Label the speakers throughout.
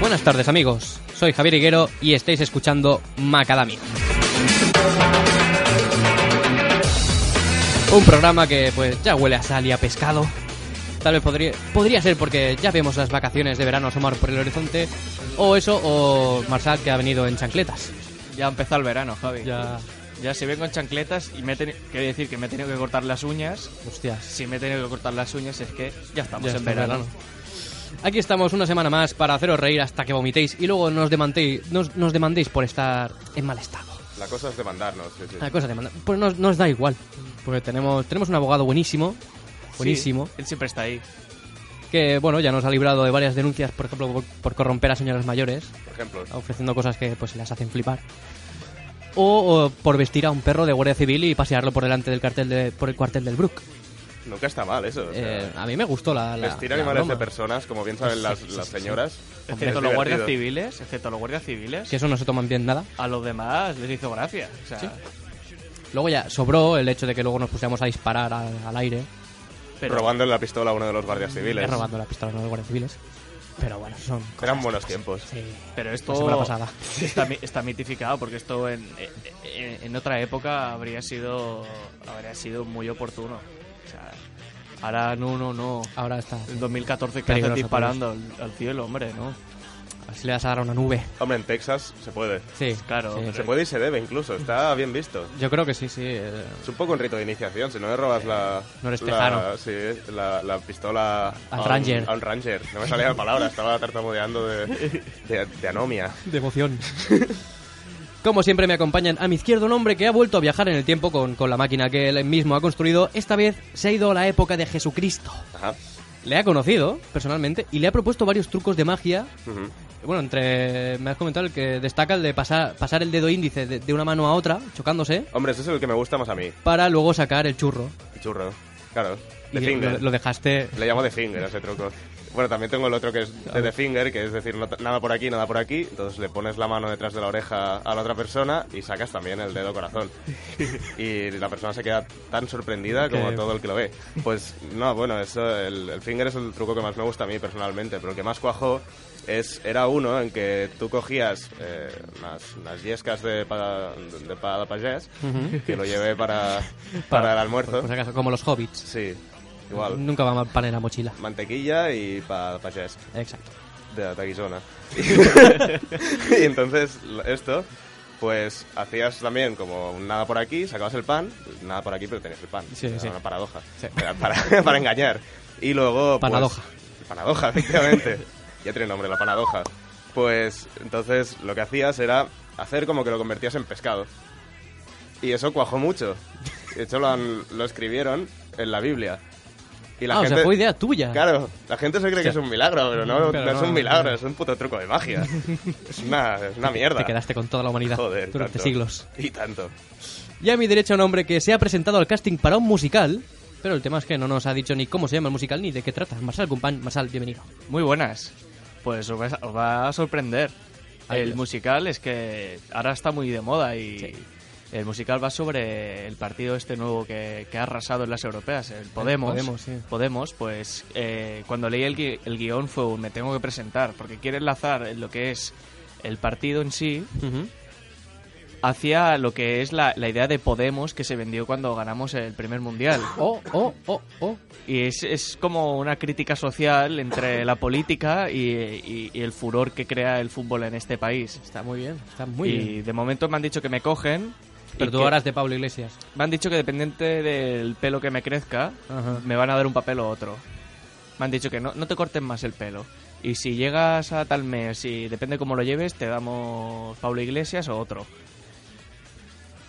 Speaker 1: Buenas tardes amigos, soy Javier Higuero y estáis escuchando Macadamia. Un programa que pues ya huele a sal y a pescado. Tal vez podría, podría ser porque ya vemos las vacaciones de verano asomar por el horizonte. O eso, o Marsal que ha venido en chancletas.
Speaker 2: Ya empezó el verano, Javi.
Speaker 1: Ya,
Speaker 2: Ya si vengo en chancletas y me he teni- quiero decir que me he tenido que cortar las uñas.
Speaker 1: hostias.
Speaker 2: Si me he tenido que cortar las uñas es que ya estamos
Speaker 1: Ya
Speaker 2: en
Speaker 1: está
Speaker 2: verano.
Speaker 1: Aquí estamos una semana más para haceros reír hasta que vomitéis y luego nos, demandéis, nos, nos demandéis por estar en mal estado.
Speaker 3: La cosa es demandarnos. sí, sí.
Speaker 1: La cosa de mandar. Pues nos, nos da igual. Porque tenemos, tenemos un abogado buenísimo. Buenísimo.
Speaker 2: Sí, él siempre está ahí.
Speaker 1: Que bueno, ya nos ha librado de varias denuncias, por ejemplo, por, por corromper a señoras mayores,
Speaker 3: Por ejemplo,
Speaker 1: ofreciendo cosas que pues las hacen flipar. O, o por vestir a un perro de guardia civil y pasearlo por delante del cartel de, por el cuartel del Brook.
Speaker 3: nunca está mal eso. o sea,
Speaker 1: Eh, a mí me gustó la. la
Speaker 3: vestir
Speaker 1: la
Speaker 3: animales de
Speaker 1: broma.
Speaker 3: personas, como bien saben las,
Speaker 1: Sí, sí,
Speaker 3: las
Speaker 1: sí, sí.
Speaker 3: señoras. es
Speaker 2: Excepto los
Speaker 3: divertido.
Speaker 2: guardias civiles, excepto los guardias civiles.
Speaker 1: Que eso no se toman bien nada.
Speaker 2: A los demás les hizo gracia. O sea,
Speaker 1: Luego ya sobró el hecho de que luego nos pusiéramos a disparar al, al aire,
Speaker 2: pero
Speaker 3: Robando en la pistola a uno de los guardias civiles.
Speaker 1: robando la pistola a los guardias civiles. Pero bueno, son.
Speaker 3: Eran buenos tiempos.
Speaker 1: Sí.
Speaker 2: Pero esto
Speaker 1: La semana pasada.
Speaker 2: Está, mi- está mitificado porque esto en, en- en otra época habría sido habría sido muy oportuno. O sea, ahora no, no, no.
Speaker 1: Ahora está.
Speaker 2: En 2014 que haces
Speaker 1: Peligroso,
Speaker 2: disparando al, al cielo, hombre, ¿no?
Speaker 1: Así le das a dar a una nube.
Speaker 3: Hombre, en Texas se puede.
Speaker 1: Sí,
Speaker 2: Claro,
Speaker 1: sí.
Speaker 2: pero-
Speaker 3: Se puede y se debe incluso, está bien visto.
Speaker 1: Yo creo que sí, sí. eh,
Speaker 3: Es un poco un rito de iniciación, si no le robas la...
Speaker 1: No eres
Speaker 3: la-
Speaker 1: tejano.
Speaker 3: sí, la, la pistola... a un-
Speaker 1: ranger.
Speaker 3: A un ranger. No me salía la palabra, estaba tartamudeando de, de, de anomia.
Speaker 1: De emoción. Como siempre me acompañan a mi izquierda un hombre que ha vuelto a viajar en el tiempo con, con la máquina que él mismo ha construido. Esta vez se ha ido a la época de Jesucristo.
Speaker 3: Ajá.
Speaker 1: Le ha conocido personalmente y le ha propuesto varios trucos de magia.
Speaker 3: Ujú.
Speaker 1: Bueno, entre me has comentado el que destaca el de pasar, pasar el dedo índice de, de una mano a otra, chocándose,
Speaker 3: Hombre, ese es el que me gusta más a mí,
Speaker 1: para luego sacar el churro.
Speaker 3: el churro. Claro, de
Speaker 1: Y lo,
Speaker 3: finger.
Speaker 1: lo dejaste...
Speaker 3: Le llamo de finger a ese truco. Bueno, también tengo el otro que es de the finger, que es decir, no- nada por aquí, nada por aquí. Entonces le pones la mano detrás de la oreja a la otra persona y sacas también el dedo corazón. Y la persona se queda tan sorprendida como
Speaker 1: Que-
Speaker 3: todo el que lo ve. Pues no, bueno, eso, el, el finger es el truco que más me gusta a mí personalmente, pero el que más cuajó es, era uno en que tú cogías eh, unas, unas yescas de pa, de pa- de pagés, que lo llevé para, para el almuerzo.
Speaker 1: Por si acaso, como los hobbits.
Speaker 3: Sí, igual.
Speaker 1: Nunca va mal pan en la mochila.
Speaker 3: Mantequilla y pa, pagés
Speaker 1: Exacto.
Speaker 3: de la taquizona. y entonces lo- esto, pues hacías también como un nada por aquí, sacabas el pan, pues, nada por aquí, pero tenías el pan.
Speaker 1: Sí,
Speaker 3: Era
Speaker 1: sí.
Speaker 3: una paradoja.
Speaker 1: Sí.
Speaker 3: Era para, para engañar. Y luego... pues,
Speaker 1: Panadoja.
Speaker 3: panadoja, efectivamente. ya tiene nombre, la panadoja. Pues entonces lo que hacías era hacer como que lo convertías en pescado. Y eso cuajó mucho. De hecho, lo, han- lo escribieron en la Biblia. Y la
Speaker 1: ah, o
Speaker 3: gente...
Speaker 1: sea, fue idea tuya.
Speaker 3: Claro, la gente se cree que es
Speaker 1: Hostia.
Speaker 3: un milagro, pero no,
Speaker 1: Pero
Speaker 3: no es
Speaker 1: no,
Speaker 3: un milagro,
Speaker 1: no.
Speaker 3: es un puto truco de magia. es, una, es una mierda.
Speaker 1: Te quedaste con toda la humanidad
Speaker 3: Joder,
Speaker 1: durante
Speaker 3: tanto.
Speaker 1: siglos.
Speaker 3: Y tanto.
Speaker 1: Y a mi derecha un hombre que se ha presentado al casting para un musical, pero el tema es que no nos ha dicho ni cómo se llama el musical ni de qué trata. Marsal Cumpan, Marsal, bienvenido.
Speaker 2: Muy buenas. Pues os va, os va a sorprender.
Speaker 1: Ay,
Speaker 2: el
Speaker 1: Dios.
Speaker 2: musical es que ahora está muy de moda y el musical va sobre el partido este nuevo que, que ha arrasado en las europeas, el Podemos.
Speaker 1: Podemos, sí.
Speaker 2: Podemos, pues eh, cuando leí el, gui- el guión fue un me tengo que presentar, porque quiere enlazar lo que es el partido en sí hacia lo que es la, la idea de Podemos que se vendió cuando ganamos el primer mundial.
Speaker 1: Oh, oh, oh, oh.
Speaker 2: Y es, es como una crítica social entre la política y, y- y el furor que crea el fútbol en este país.
Speaker 1: Está muy bien, está muy
Speaker 2: y
Speaker 1: bien.
Speaker 2: de momento me han dicho que me cogen.
Speaker 1: Pero
Speaker 2: y
Speaker 1: tú
Speaker 2: que-
Speaker 1: harás de Pablo Iglesias.
Speaker 2: Me han dicho que dependiente del pelo que me crezca,
Speaker 1: Ajá.
Speaker 2: me van a dar un papel o otro. Me han dicho que no, no te corten más el pelo. Y si llegas a tal mes y depende cómo lo lleves, te damos Pablo Iglesias o otro.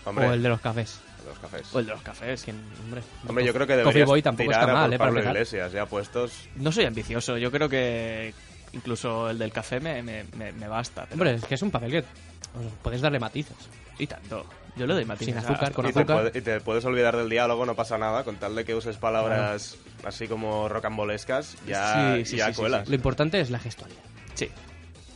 Speaker 3: Hombre,
Speaker 1: O el de los cafés.
Speaker 3: los cafés.
Speaker 2: O el de los cafés.
Speaker 1: Que, hombre,
Speaker 3: Hombre, yo creo que
Speaker 1: Coffee
Speaker 3: deberías
Speaker 1: Boy tampoco
Speaker 3: tirar
Speaker 1: está
Speaker 3: a por
Speaker 1: mal, ¿eh? para
Speaker 3: Pablo
Speaker 1: empezar.
Speaker 3: Iglesias, ya puestos...
Speaker 2: No soy ambicioso, yo creo que incluso el del café me, me- me- me basta. pero-
Speaker 1: Hombre, es que es un papel que o sea, puedes darle matices.
Speaker 2: Y tanto. Yo le doy matices.
Speaker 1: Sin azúcar,
Speaker 2: a-
Speaker 1: con
Speaker 3: Y te,
Speaker 1: azúcar.
Speaker 3: puede- y te puedes olvidar del diálogo, no pasa nada, con tal de que uses palabras así como rocambolescas, ya,
Speaker 2: Sí, sí,
Speaker 3: ya
Speaker 2: sí, sí,
Speaker 3: cuelas.
Speaker 1: Lo importante es la gestualidad.
Speaker 2: Sí.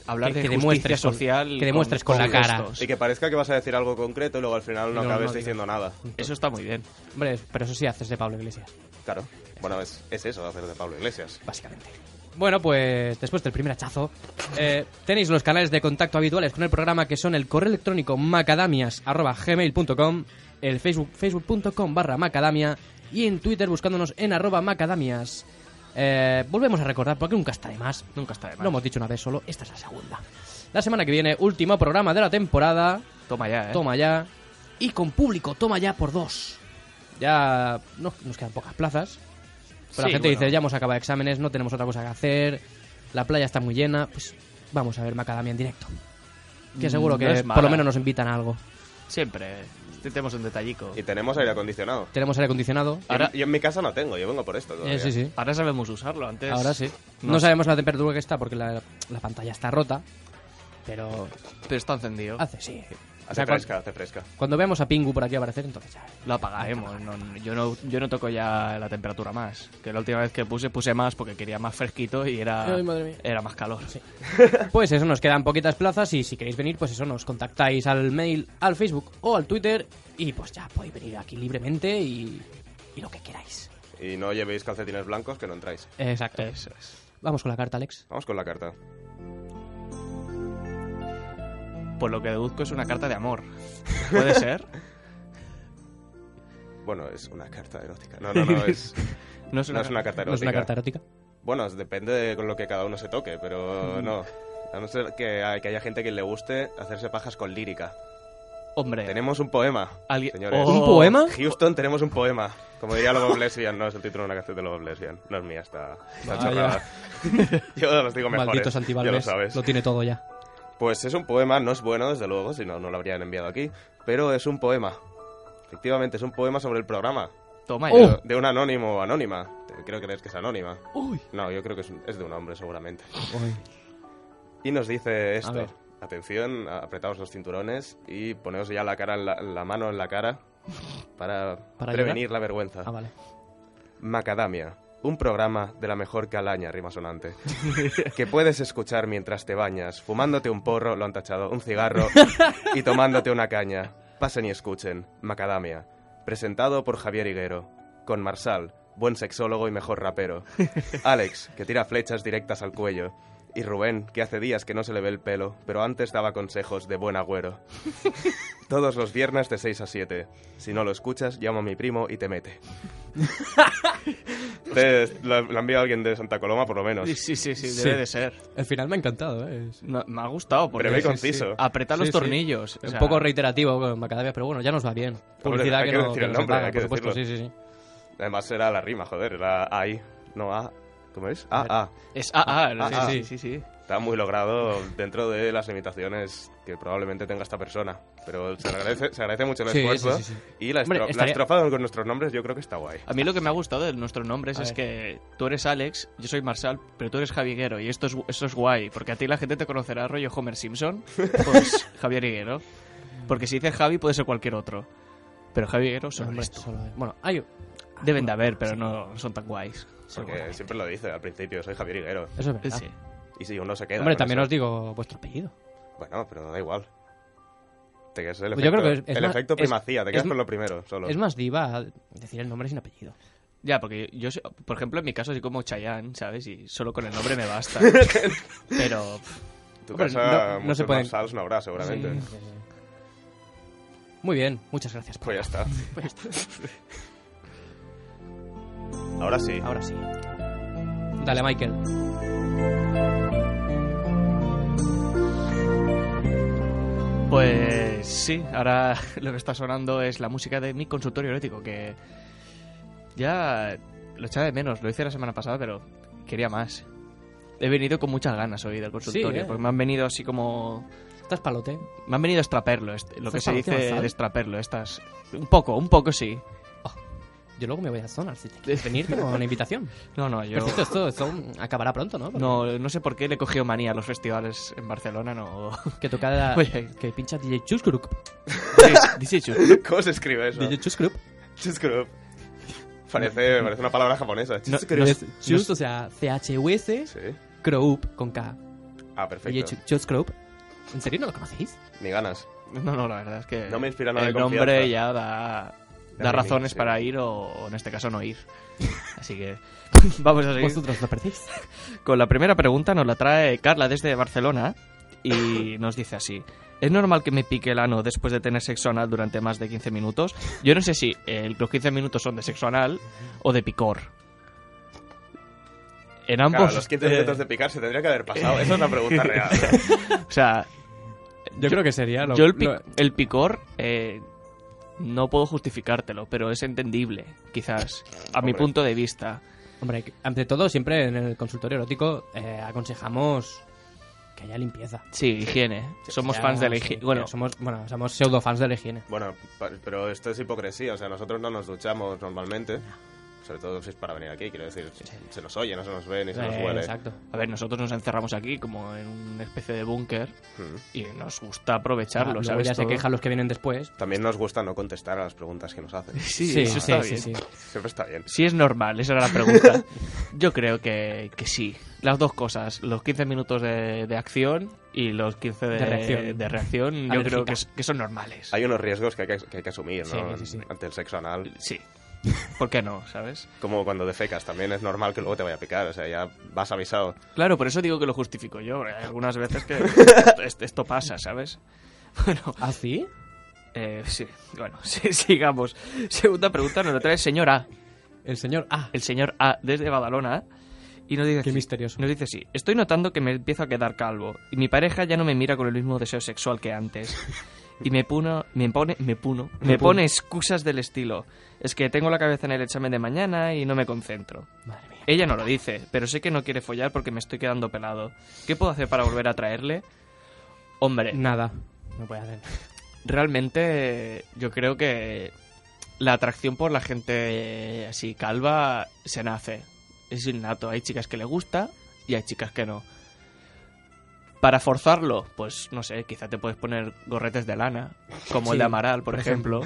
Speaker 2: Hablar
Speaker 1: Que-
Speaker 2: de
Speaker 1: que
Speaker 2: justicia
Speaker 1: demuestres con-
Speaker 2: social.
Speaker 1: que demuestres con la cara.
Speaker 3: Y que parezca que vas a decir algo concreto y luego al final no
Speaker 1: Y luego
Speaker 3: acabes
Speaker 1: no digas.
Speaker 3: diciendo nada.
Speaker 2: Eso está muy bien.
Speaker 1: Hombre, pero eso sí haces de Pablo Iglesias,
Speaker 3: Claro. Bueno, es, es eso, hacer de Pablo Iglesias.
Speaker 1: básicamente. Bueno, pues después del primer hachazo, eh, tenéis los canales de contacto habituales con el programa que son el correo electrónico macadamias.gmail.com, el facebook facebook.com barra macadamia y en Twitter buscándonos en arroba macadamias. Eh, volvemos a recordar, porque nunca está de más,
Speaker 2: Nunca está de más.
Speaker 1: lo hemos dicho una vez solo, esta es la segunda. La semana que viene, último programa de la temporada,
Speaker 2: Toma ya, ¿eh?
Speaker 1: toma ya, y con público, toma ya por dos. Ya no- nos quedan pocas plazas, pero
Speaker 2: Sí,
Speaker 1: la gente
Speaker 2: bueno.
Speaker 1: dice, ya hemos acabado exámenes, no tenemos otra cosa que hacer, la playa está muy llena, pues vamos a ver Macadamia en directo. Que
Speaker 2: Mm,
Speaker 1: seguro
Speaker 2: no
Speaker 1: que
Speaker 2: es
Speaker 1: por lo
Speaker 2: mala.
Speaker 1: menos nos invitan a algo.
Speaker 2: Siempre. Tenemos un detallico.
Speaker 3: Y tenemos aire acondicionado.
Speaker 1: Tenemos aire acondicionado.
Speaker 3: Yo-
Speaker 2: Ahora-
Speaker 3: yo, en mi casa no tengo, yo vengo por esto todavía.
Speaker 1: Eh, sí, sí.
Speaker 2: Ahora sabemos usarlo. Antes.
Speaker 1: Ahora sí. No,
Speaker 2: No sé.
Speaker 1: sabemos la temperatura que está porque la, la pantalla está rota, pero
Speaker 2: Pero está encendido.
Speaker 1: hace sí. O
Speaker 3: Hace
Speaker 1: sea, cuan-
Speaker 3: fresca, hace fresca.
Speaker 1: Cuando veamos a Pingu por aquí aparecer, entonces ya.
Speaker 2: Lo apagaremos. no- yo, no, yo no toco ya la temperatura más. Que la última vez que puse, puse más porque quería más fresquito y era,
Speaker 1: Ay, madre mía.
Speaker 2: era más calor.
Speaker 1: Pues eso, nos quedan poquitas plazas y si queréis venir, pues eso, nos contactáis al mail, al Facebook o al Twitter y pues ya podéis venir aquí libremente y, y lo que queráis.
Speaker 3: Y no llevéis calcetines blancos que no entráis.
Speaker 1: Exacto.
Speaker 2: Eso es.
Speaker 1: Vamos con la carta, Alex.
Speaker 3: Vamos con la carta.
Speaker 2: Por lo que deduzco, es una carta de amor. ¿Puede ser?
Speaker 3: Bueno, es una carta erótica. No, no, no, es,
Speaker 2: No es
Speaker 3: no
Speaker 2: una,
Speaker 3: es una carta erótica.
Speaker 1: ¿No es una carta erótica?
Speaker 3: Bueno, es- depende de con lo que cada uno se toque, pero
Speaker 1: Mm.
Speaker 3: no. A no ser que, hay- que haya gente que le guste hacerse pajas con lírica.
Speaker 2: Hombre.
Speaker 3: Tenemos un poema,
Speaker 2: alguien-
Speaker 3: señores.
Speaker 2: Oh.
Speaker 1: Ah, ¿Un poema?
Speaker 3: Houston, tenemos un poema. Como diría Lobo Lesbian, no es el título de una canción de Lobo Lesbian. No es mía, está, está
Speaker 1: Vaya.
Speaker 3: chorrada. Yo los digo mejores.
Speaker 1: Maldito
Speaker 3: ya lo
Speaker 1: Santibalbes.
Speaker 3: sabes.
Speaker 1: tiene todo ya.
Speaker 3: Pues es un poema, no es bueno, desde luego, si no, no lo habrían enviado aquí. Pero es un poema. Efectivamente, es un poema sobre el programa.
Speaker 2: Toma ya.
Speaker 1: Oh.
Speaker 3: De un anónimo o anónima. Creo que es que es anónima.
Speaker 1: Uy.
Speaker 3: No, yo creo que es, un- es de un hombre, seguramente.
Speaker 1: Uy.
Speaker 3: Ah. Y nos dice esto.
Speaker 1: ver.
Speaker 3: Atención, a- apretaos los cinturones y poneos ya la, cara en la, la mano en la cara para,
Speaker 1: ¿Para
Speaker 3: prevenir la vergüenza.
Speaker 1: Ah, vale.
Speaker 3: Macadamia, un programa de la mejor calaña rima sonante. que puedes escuchar mientras te bañas, fumándote un porro, lo han tachado, un cigarro y tomándote una caña. Pasen y escuchen, Macadamia, presentado por Javier Higuero, con Marsal, buen sexólogo y mejor rapero, Alex, que tira flechas directas al cuello, y Rubén, que hace días que no se le ve el pelo, pero antes daba consejos de buen agüero. Todos los viernes de 6 a 7. Si no lo escuchas, llamo a mi primo y te mete. Te- lo, lo ha enviado alguien de Santa Coloma, por lo menos.
Speaker 2: Sí, sí, sí, sí,
Speaker 1: Sí.
Speaker 2: debe de ser.
Speaker 1: El final me ha encantado, ¿eh? Es
Speaker 2: No, me ha gustado. Porque
Speaker 3: Breve y
Speaker 2: sí,
Speaker 3: conciso.
Speaker 2: sí. Apretad
Speaker 1: Sí,
Speaker 2: los
Speaker 1: sí.
Speaker 2: tornillos. o
Speaker 1: un
Speaker 2: sea,
Speaker 1: poco reiterativo con Macadamia, pero bueno, ya nos va bien. Publicidad
Speaker 3: hay
Speaker 1: que,
Speaker 3: que
Speaker 1: no,
Speaker 3: decir
Speaker 1: que
Speaker 3: el
Speaker 1: no se
Speaker 3: nombre,
Speaker 1: paga,
Speaker 3: hay que
Speaker 1: por supuesto, sí,
Speaker 3: decirlo.
Speaker 1: sí, sí.
Speaker 3: Además era la rima, joder, era A, I, no A. ¿Cómo es? A, A.
Speaker 2: Es ah, ah,
Speaker 3: Ah,
Speaker 2: sí,
Speaker 3: ah.
Speaker 2: sí, sí, sí.
Speaker 3: Está muy logrado dentro de las limitaciones que probablemente tenga esta persona. Pero se agradece, se agradece mucho el
Speaker 1: Sí,
Speaker 3: esfuerzo.
Speaker 1: sí, sí, sí.
Speaker 3: Y la,
Speaker 1: Hombre,
Speaker 3: estro- la
Speaker 1: estaría-
Speaker 3: estrofa con nuestros nombres yo creo que está guay.
Speaker 2: A mí lo que me ha gustado de nuestros nombres
Speaker 1: A
Speaker 2: es
Speaker 1: ver.
Speaker 2: que tú eres Alex, yo soy Marsal, pero tú eres Javiguero y esto es, esto es guay, porque a ti la gente te conocerá rollo Homer Simpson, pues Javier Higuero. Porque si dices Javi puede ser cualquier otro, pero Javi Higuero
Speaker 1: No,
Speaker 2: solo
Speaker 1: hombre,
Speaker 2: eres tú.
Speaker 1: solo- eh, Bueno, hay...
Speaker 2: Deben de
Speaker 1: Ah,
Speaker 2: haber, pero no son tan guays.
Speaker 3: Porque siempre lo dice al principio, soy Javier Higuero.
Speaker 1: Eso es verdad.
Speaker 2: Sí.
Speaker 3: Y si uno se queda.
Speaker 1: Hombre,
Speaker 3: con
Speaker 1: también
Speaker 3: eso-
Speaker 1: os digo vuestro apellido.
Speaker 3: Bueno, pero da igual. Te quedas el
Speaker 1: Pues Yo
Speaker 3: efecto,
Speaker 1: creo que es- es
Speaker 3: el
Speaker 1: más-
Speaker 3: efecto
Speaker 1: es-
Speaker 3: primacía, te quedas
Speaker 1: es-
Speaker 3: con lo primero solo.
Speaker 1: Es más diva decir el nombre sin apellido.
Speaker 2: Ya, porque yo, soy- por ejemplo, en mi caso soy como Chayanne, ¿sabes? Y solo con el nombre me basta. pero pff,
Speaker 3: En tu
Speaker 1: hombre,
Speaker 3: casa
Speaker 1: no- no
Speaker 3: muchos
Speaker 1: se pueden-
Speaker 3: marsals no habrá, seguramente.
Speaker 1: Sí, sí, sí. Muy bien, muchas gracias.
Speaker 3: Pues ya
Speaker 1: Paco.
Speaker 3: está. Ahora sí.
Speaker 1: Ahora sí. Dale, Michael.
Speaker 2: Pues sí, ahora lo que está sonando es la música de mi consultorio erótico, que ya lo echaba de menos, lo hice la semana pasada, pero quería más. He venido con muchas ganas hoy del consultorio,
Speaker 1: Sí, ¿eh?
Speaker 2: porque me han venido así como...
Speaker 1: Estás palote.
Speaker 2: Me han venido a extraperlo, est- lo que
Speaker 1: ¿Estás
Speaker 2: se dice
Speaker 1: palote, Gonzalo?
Speaker 2: de extraperlo, estas... Un poco, un poco sí.
Speaker 1: Yo luego me voy a Zonar. Si te quieres venir, tengo una invitación.
Speaker 2: No, no, yo...
Speaker 1: Por cierto, esto, esto acabará pronto, ¿no? Porque-
Speaker 2: No, no sé por qué le he cogido manía a los festivales en Barcelona, no...
Speaker 1: Que toca la-
Speaker 2: Oye.
Speaker 1: que pincha DJ Chus Group.
Speaker 2: Dice Chu.
Speaker 3: ¿Cómo se escribe eso?
Speaker 1: DJ Chus Group.
Speaker 3: Chuscrup. Parece, parece una palabra japonesa.
Speaker 2: No,
Speaker 3: Chuscrup.
Speaker 2: no es-
Speaker 1: Es Chus, o sea, C-H-U-S,
Speaker 3: Sí.
Speaker 1: Group con K.
Speaker 3: Ah,
Speaker 1: DJ
Speaker 3: perfecto.
Speaker 1: Chu- Chus Group. ¿En serio no lo conocéis?
Speaker 3: Ni ganas.
Speaker 2: No, no, la verdad es que...
Speaker 3: No me inspira nada de
Speaker 2: El nombre
Speaker 3: confianza.
Speaker 2: ya da... da
Speaker 3: remix,
Speaker 2: razones
Speaker 3: sí.
Speaker 2: para ir o, o en este caso no ir. Así que vamos a seguir
Speaker 1: Vosotros lo perdéis.
Speaker 2: con la primera pregunta. Nos la trae Carla desde Barcelona y nos dice así. ¿Es normal que me pique el ano después de tener sexo anal durante más de 15 minutos? Yo no sé si eh, los 15 minutos son de sexo anal o de picor. En ambos...
Speaker 3: Claro, los 15
Speaker 2: eh,
Speaker 3: minutos de picar se tendría que haber pasado. Esa es la pregunta real.
Speaker 2: O sea,
Speaker 1: Yo creo que sería lo,
Speaker 2: Yo el, pic-
Speaker 1: lo-
Speaker 2: el picor eh, no puedo justificártelo, pero es entendible, quizás, a mi
Speaker 3: Hombre.
Speaker 2: punto de vista.
Speaker 1: Hombre, que- ante todo, siempre en el consultorio erótico eh, aconsejamos que haya limpieza.
Speaker 2: Sí, higiene. Somos
Speaker 1: Ya,
Speaker 2: fans de la
Speaker 1: sí,
Speaker 2: higiene.
Speaker 1: pero
Speaker 2: Bueno,
Speaker 1: somos, bueno, somos pseudo fans de la higiene.
Speaker 3: Bueno, pa- pero esto es hipocresía. O sea, nosotros no nos duchamos normalmente. Sobre todo si es para venir aquí. Quiero decir, se nos oye, no se nos ve, ni se nos
Speaker 1: Eh,
Speaker 3: huele.
Speaker 1: exacto.
Speaker 2: a ver, nosotros nos encerramos aquí como en una especie de búnker
Speaker 3: Mm.
Speaker 2: y nos gusta
Speaker 1: Ah,
Speaker 2: aprovecharlo,
Speaker 1: luego
Speaker 2: ¿sabes?
Speaker 1: ya se
Speaker 2: todo?
Speaker 1: quejan los que vienen después.
Speaker 3: También nos gusta no contestar a las preguntas que nos hacen.
Speaker 2: Sí, eso está bien.
Speaker 1: sí,
Speaker 3: Siempre está bien.
Speaker 2: Si es normal, esa era la pregunta. Yo creo que, que sí. Las dos cosas, los 15 minutos de, de acción y los 15 de,
Speaker 1: De reacción.
Speaker 2: de reacción, yo
Speaker 1: Alérgica.
Speaker 2: creo que, es- que son normales.
Speaker 3: Hay unos riesgos que hay que, que hay que asumir, ¿no?
Speaker 1: Sí, sí, sí.
Speaker 3: Ante el sexo anal.
Speaker 2: Sí. ¿Por qué no, sabes?
Speaker 3: Como cuando defecas, también es normal que luego te vaya a picar. O sea, ya vas avisado.
Speaker 2: Claro, por eso digo que lo justifico yo. porque hay algunas veces que est- esto pasa, ¿sabes? Bueno,
Speaker 1: ¿Ah, sí?
Speaker 2: eh, sí, bueno, sí, sigamos. Segunda pregunta nos la trae el señor A,
Speaker 1: El señor Ah,
Speaker 2: el señor A desde Badalona, y nos dice,
Speaker 1: qué
Speaker 2: así-
Speaker 1: misterioso.
Speaker 2: nos dice así, estoy notando que me empiezo a quedar calvo y mi pareja ya no me mira con el mismo deseo sexual que antes. Y me puno, me pone, me puno, me
Speaker 1: puno.
Speaker 2: pone excusas del estilo. Es que tengo la cabeza en el examen de mañana y no me concentro.
Speaker 1: Madre mía.
Speaker 2: Ella no lo dice, pero sé que no quiere follar porque me estoy quedando pelado. ¿Qué puedo hacer para volver a traerle? Hombre,
Speaker 1: Nada. No puede hacer.
Speaker 2: realmente eh, yo creo que la atracción por la gente eh, así calva se nace. Es innato. Hay chicas que le gusta y hay chicas que no. Para forzarlo, pues no sé, quizá te puedes poner gorretes de lana, como
Speaker 1: Sí,
Speaker 2: el de Amaral, por,
Speaker 1: por
Speaker 2: ejemplo.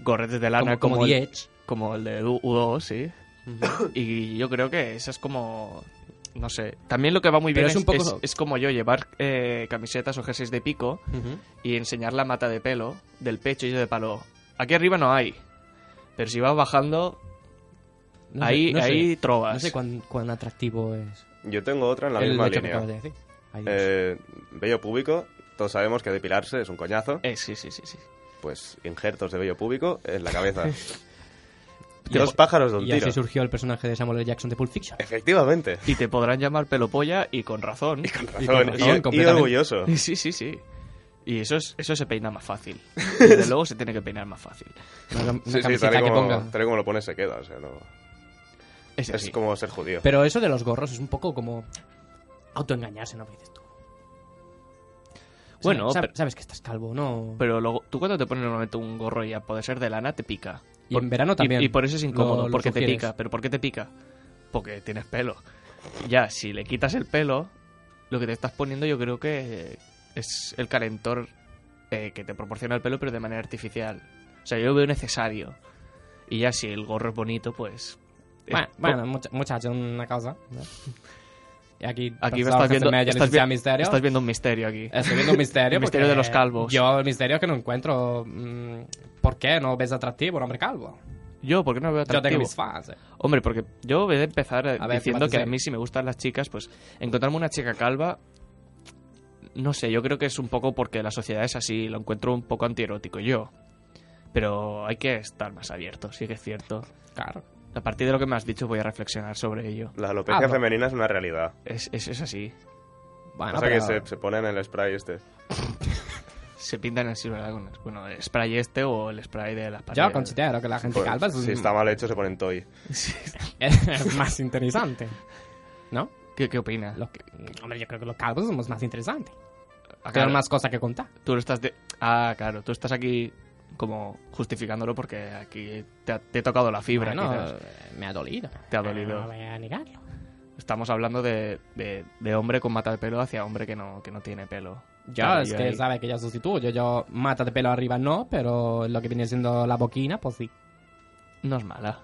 Speaker 2: gorretes de lana
Speaker 1: Como, como,
Speaker 2: como, el-
Speaker 1: Diez.
Speaker 2: como el de U- U2, sí. Y yo creo que eso es como. No sé. También lo que va muy
Speaker 1: Pero
Speaker 2: bien es,
Speaker 1: es un poco-
Speaker 2: es- es como yo llevar eh, camisetas o jerseys de pico y enseñar la mata de pelo del pecho y yo de palo. Aquí arriba no hay. Pero si vas bajando,
Speaker 1: No sé,
Speaker 2: ahí,
Speaker 1: no sé.
Speaker 2: ahí trovas.
Speaker 1: No sé cuán, cuán atractivo es
Speaker 3: Yo tengo otra en la
Speaker 1: el
Speaker 3: misma
Speaker 1: hecho que acabas
Speaker 3: línea.
Speaker 1: de decir. Ay, Dios.
Speaker 3: Eh, vello púbico. Todos sabemos que depilarse es un coñazo.
Speaker 2: Eh, sí, sí, sí, sí.
Speaker 3: Pues injertos de vello púbico en la cabeza.
Speaker 1: Y
Speaker 3: Dos
Speaker 1: así-
Speaker 3: pájaros de un
Speaker 1: y
Speaker 3: tiro.
Speaker 1: así surgió el personaje de Samuel L. Jackson de Pulp Fiction.
Speaker 3: Efectivamente.
Speaker 2: Y te podrán llamar pelopolla y con razón.
Speaker 1: Y con
Speaker 3: Razón,
Speaker 1: razón,
Speaker 3: y- y
Speaker 1: completamente.
Speaker 3: orgulloso.
Speaker 2: Sí, sí, sí. Y eso, es, eso se peina más fácil. Desde luego se tiene que peinar más fácil.
Speaker 1: Una, cam- una
Speaker 3: Sí, sí,
Speaker 1: camiseta
Speaker 3: tal y,
Speaker 1: que
Speaker 3: como,
Speaker 1: ponga.
Speaker 3: tal y como lo pones se queda, o sea, no...
Speaker 2: Es,
Speaker 3: Es
Speaker 2: así.
Speaker 3: como ser judío.
Speaker 1: Pero eso de los gorros es un poco como autoengañarse, ¿no? Porque dices tú.
Speaker 2: Bueno,
Speaker 1: Sab- sab-
Speaker 2: pero-
Speaker 1: sabes que estás calvo, ¿no?
Speaker 2: Pero luego, tú cuando te pones normalmente un gorro ya puede ser de lana, te pica.
Speaker 1: Y en verano también
Speaker 2: Y, por eso es
Speaker 1: lo-
Speaker 2: incómodo,
Speaker 1: lo
Speaker 2: porque te
Speaker 1: sugieres.
Speaker 2: pica. ¿Pero por qué te pica? Porque tienes pelo. Ya, si le quitas el pelo, lo que te estás poniendo yo creo que es el calentor eh, que te proporciona el pelo, pero de manera artificial. O sea, yo lo veo necesario. Y ya si el gorro es bonito, pues... eh,
Speaker 1: Bueno, bueno mucha- muchacho, una cosa. ¿no? Y aquí,
Speaker 2: aquí me
Speaker 1: pensaba
Speaker 2: estás
Speaker 1: que
Speaker 2: viendo,
Speaker 1: me haya
Speaker 2: estás, vi-
Speaker 1: necesitado misterio. Eh,
Speaker 2: estás viendo un misterio aquí.
Speaker 1: Estoy viendo un misterio.
Speaker 2: El misterio de
Speaker 1: porque
Speaker 2: los calvos.
Speaker 1: Yo, el misterio es que no encuentro. mm, ¿Por qué no ves atractivo un hombre calvo?
Speaker 2: Yo, porque no veo
Speaker 1: Yo tengo
Speaker 2: atractivo?
Speaker 1: mis fans. eh.
Speaker 2: Hombre, porque yo voy a empezar eh,
Speaker 1: A ver, ¿qué
Speaker 2: diciendo
Speaker 1: vas a
Speaker 2: que a
Speaker 1: hacer?
Speaker 2: mí si me gustan las chicas, pues encontrarme una chica calva, no sé, yo creo que es un poco porque la sociedad es así, lo encuentro un poco antierótico yo. Pero hay que estar más abierto, sí que es cierto.
Speaker 1: Claro.
Speaker 2: A partir de lo que me has dicho voy a reflexionar sobre ello.
Speaker 3: La alopecia
Speaker 1: Ah, no.
Speaker 3: femenina es una realidad.
Speaker 2: Es, es, es así.
Speaker 1: Bueno,
Speaker 3: Pasa
Speaker 1: pero-
Speaker 3: que se, se pone en el spray este.
Speaker 2: Se pintan así, ¿verdad? Con- Bueno, el spray este o el spray de las
Speaker 1: Yo
Speaker 2: paredes.
Speaker 1: considero que la gente
Speaker 3: Pues,
Speaker 1: calva es,
Speaker 3: si está mal hecho, se pone en toy.
Speaker 1: es más interesante. ¿no?
Speaker 2: ¿Qué, ¿Qué opinas?
Speaker 1: Los que- hombre, yo creo que los calvos somos más interesantes.
Speaker 2: Ah,
Speaker 1: Tenemos
Speaker 2: claro,
Speaker 1: más cosas que contar.
Speaker 2: Tú lo estás de... Ah, claro, tú estás aquí como justificándolo porque aquí te, ha- te he tocado la fibra.
Speaker 1: Bueno,
Speaker 2: quizás.
Speaker 1: eh, me ha dolido.
Speaker 2: Te ha dolido.
Speaker 1: No voy a negarlo.
Speaker 2: Estamos hablando de, de- de hombre con mata de pelo hacia hombre que no, que no tiene pelo.
Speaker 1: Yo
Speaker 2: Claro,
Speaker 1: es
Speaker 2: yo
Speaker 1: que
Speaker 2: ahí-
Speaker 1: sabe que yo sustituyo. Yo mata de pelo arriba no, pero lo que viene siendo la boquina, pues sí.
Speaker 2: No es mala.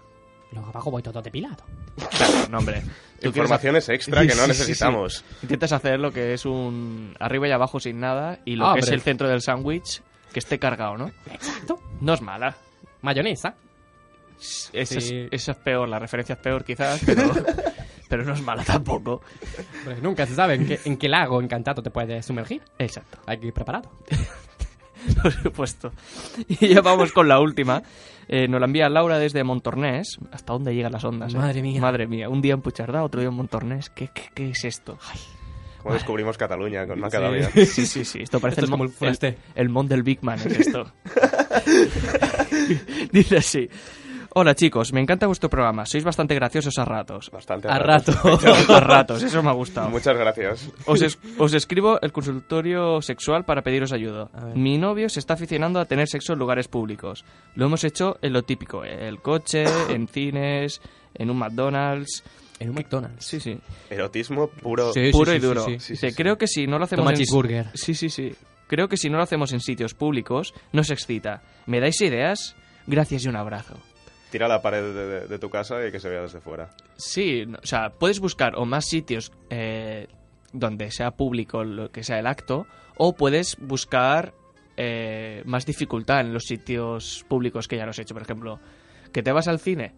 Speaker 1: Luego abajo voy todo depilado.
Speaker 2: Claro, no, hombre. Tú quieres
Speaker 3: Informaciones extra que
Speaker 2: Sí,
Speaker 3: no
Speaker 2: sí,
Speaker 3: necesitamos.
Speaker 2: ha- intentas hacer lo que es un arriba y abajo sin nada y lo que
Speaker 1: Hombre.
Speaker 2: es el centro del sándwich que esté cargado, ¿no?
Speaker 1: Exacto.
Speaker 2: No es mala.
Speaker 1: Mayonesa.
Speaker 2: Esa,
Speaker 1: Sí.
Speaker 2: es, esa es peor, la referencia es peor quizás, pero, pero no es mala tampoco.
Speaker 1: Pues nunca se sabe en qué, en qué lago encantado te puedes sumergir.
Speaker 2: Exacto,
Speaker 1: Hay que ir preparado.
Speaker 2: por supuesto. Y ya vamos con la última. Eh, nos la envía Laura desde Montornés. ¿Hasta dónde llegan las ondas? eh?
Speaker 1: Madre mía.
Speaker 2: Madre mía. Un día en Puchardá, otro día en Montornés. ¿Qué, qué, qué es esto?
Speaker 3: Como descubrimos Cataluña con una cada
Speaker 1: Sí.
Speaker 3: día.
Speaker 2: Sí, sí, sí. Esto parece
Speaker 1: Esto es
Speaker 2: el,
Speaker 1: como
Speaker 2: mon-
Speaker 1: el Forest
Speaker 2: el,
Speaker 1: T.
Speaker 2: el mon del Big Man, es esto. Dice así. Hola chicos, me encanta vuestro programa. Sois bastante graciosos a ratos.
Speaker 3: Bastante.
Speaker 1: A rato.
Speaker 2: a ratos, eso me ha gustado.
Speaker 3: Muchas gracias.
Speaker 2: Os, es- os escribo el consultorio sexual para pediros ayuda.
Speaker 1: A ver.
Speaker 2: Mi novio se está aficionando a tener sexo en lugares públicos. Lo hemos hecho en lo típico, en el coche,
Speaker 1: Ah.
Speaker 2: en cines, en un McDonald's.
Speaker 1: En un McDonald's.
Speaker 2: Sí, sí.
Speaker 3: Erotismo puro.
Speaker 1: Sí,
Speaker 2: Puro
Speaker 1: sí,
Speaker 2: y
Speaker 1: sí,
Speaker 2: duro.
Speaker 1: sí, sí.
Speaker 2: Dice,
Speaker 3: Sí, sí, sí.
Speaker 2: creo que si no lo hacemos
Speaker 1: Toma
Speaker 2: en-
Speaker 1: cheeseburger.
Speaker 2: Sí, sí, sí. Creo que si no lo hacemos en sitios públicos, nos excita. ¿Me dais ideas? Gracias y un abrazo.
Speaker 3: Tira la pared de, de- de tu casa y que se vea desde fuera.
Speaker 2: Sí, no- o sea, puedes buscar o más sitios eh, donde sea público lo que sea el acto, o puedes buscar eh, más dificultad en los sitios públicos que ya los he hecho. Por ejemplo, que te vas al cine,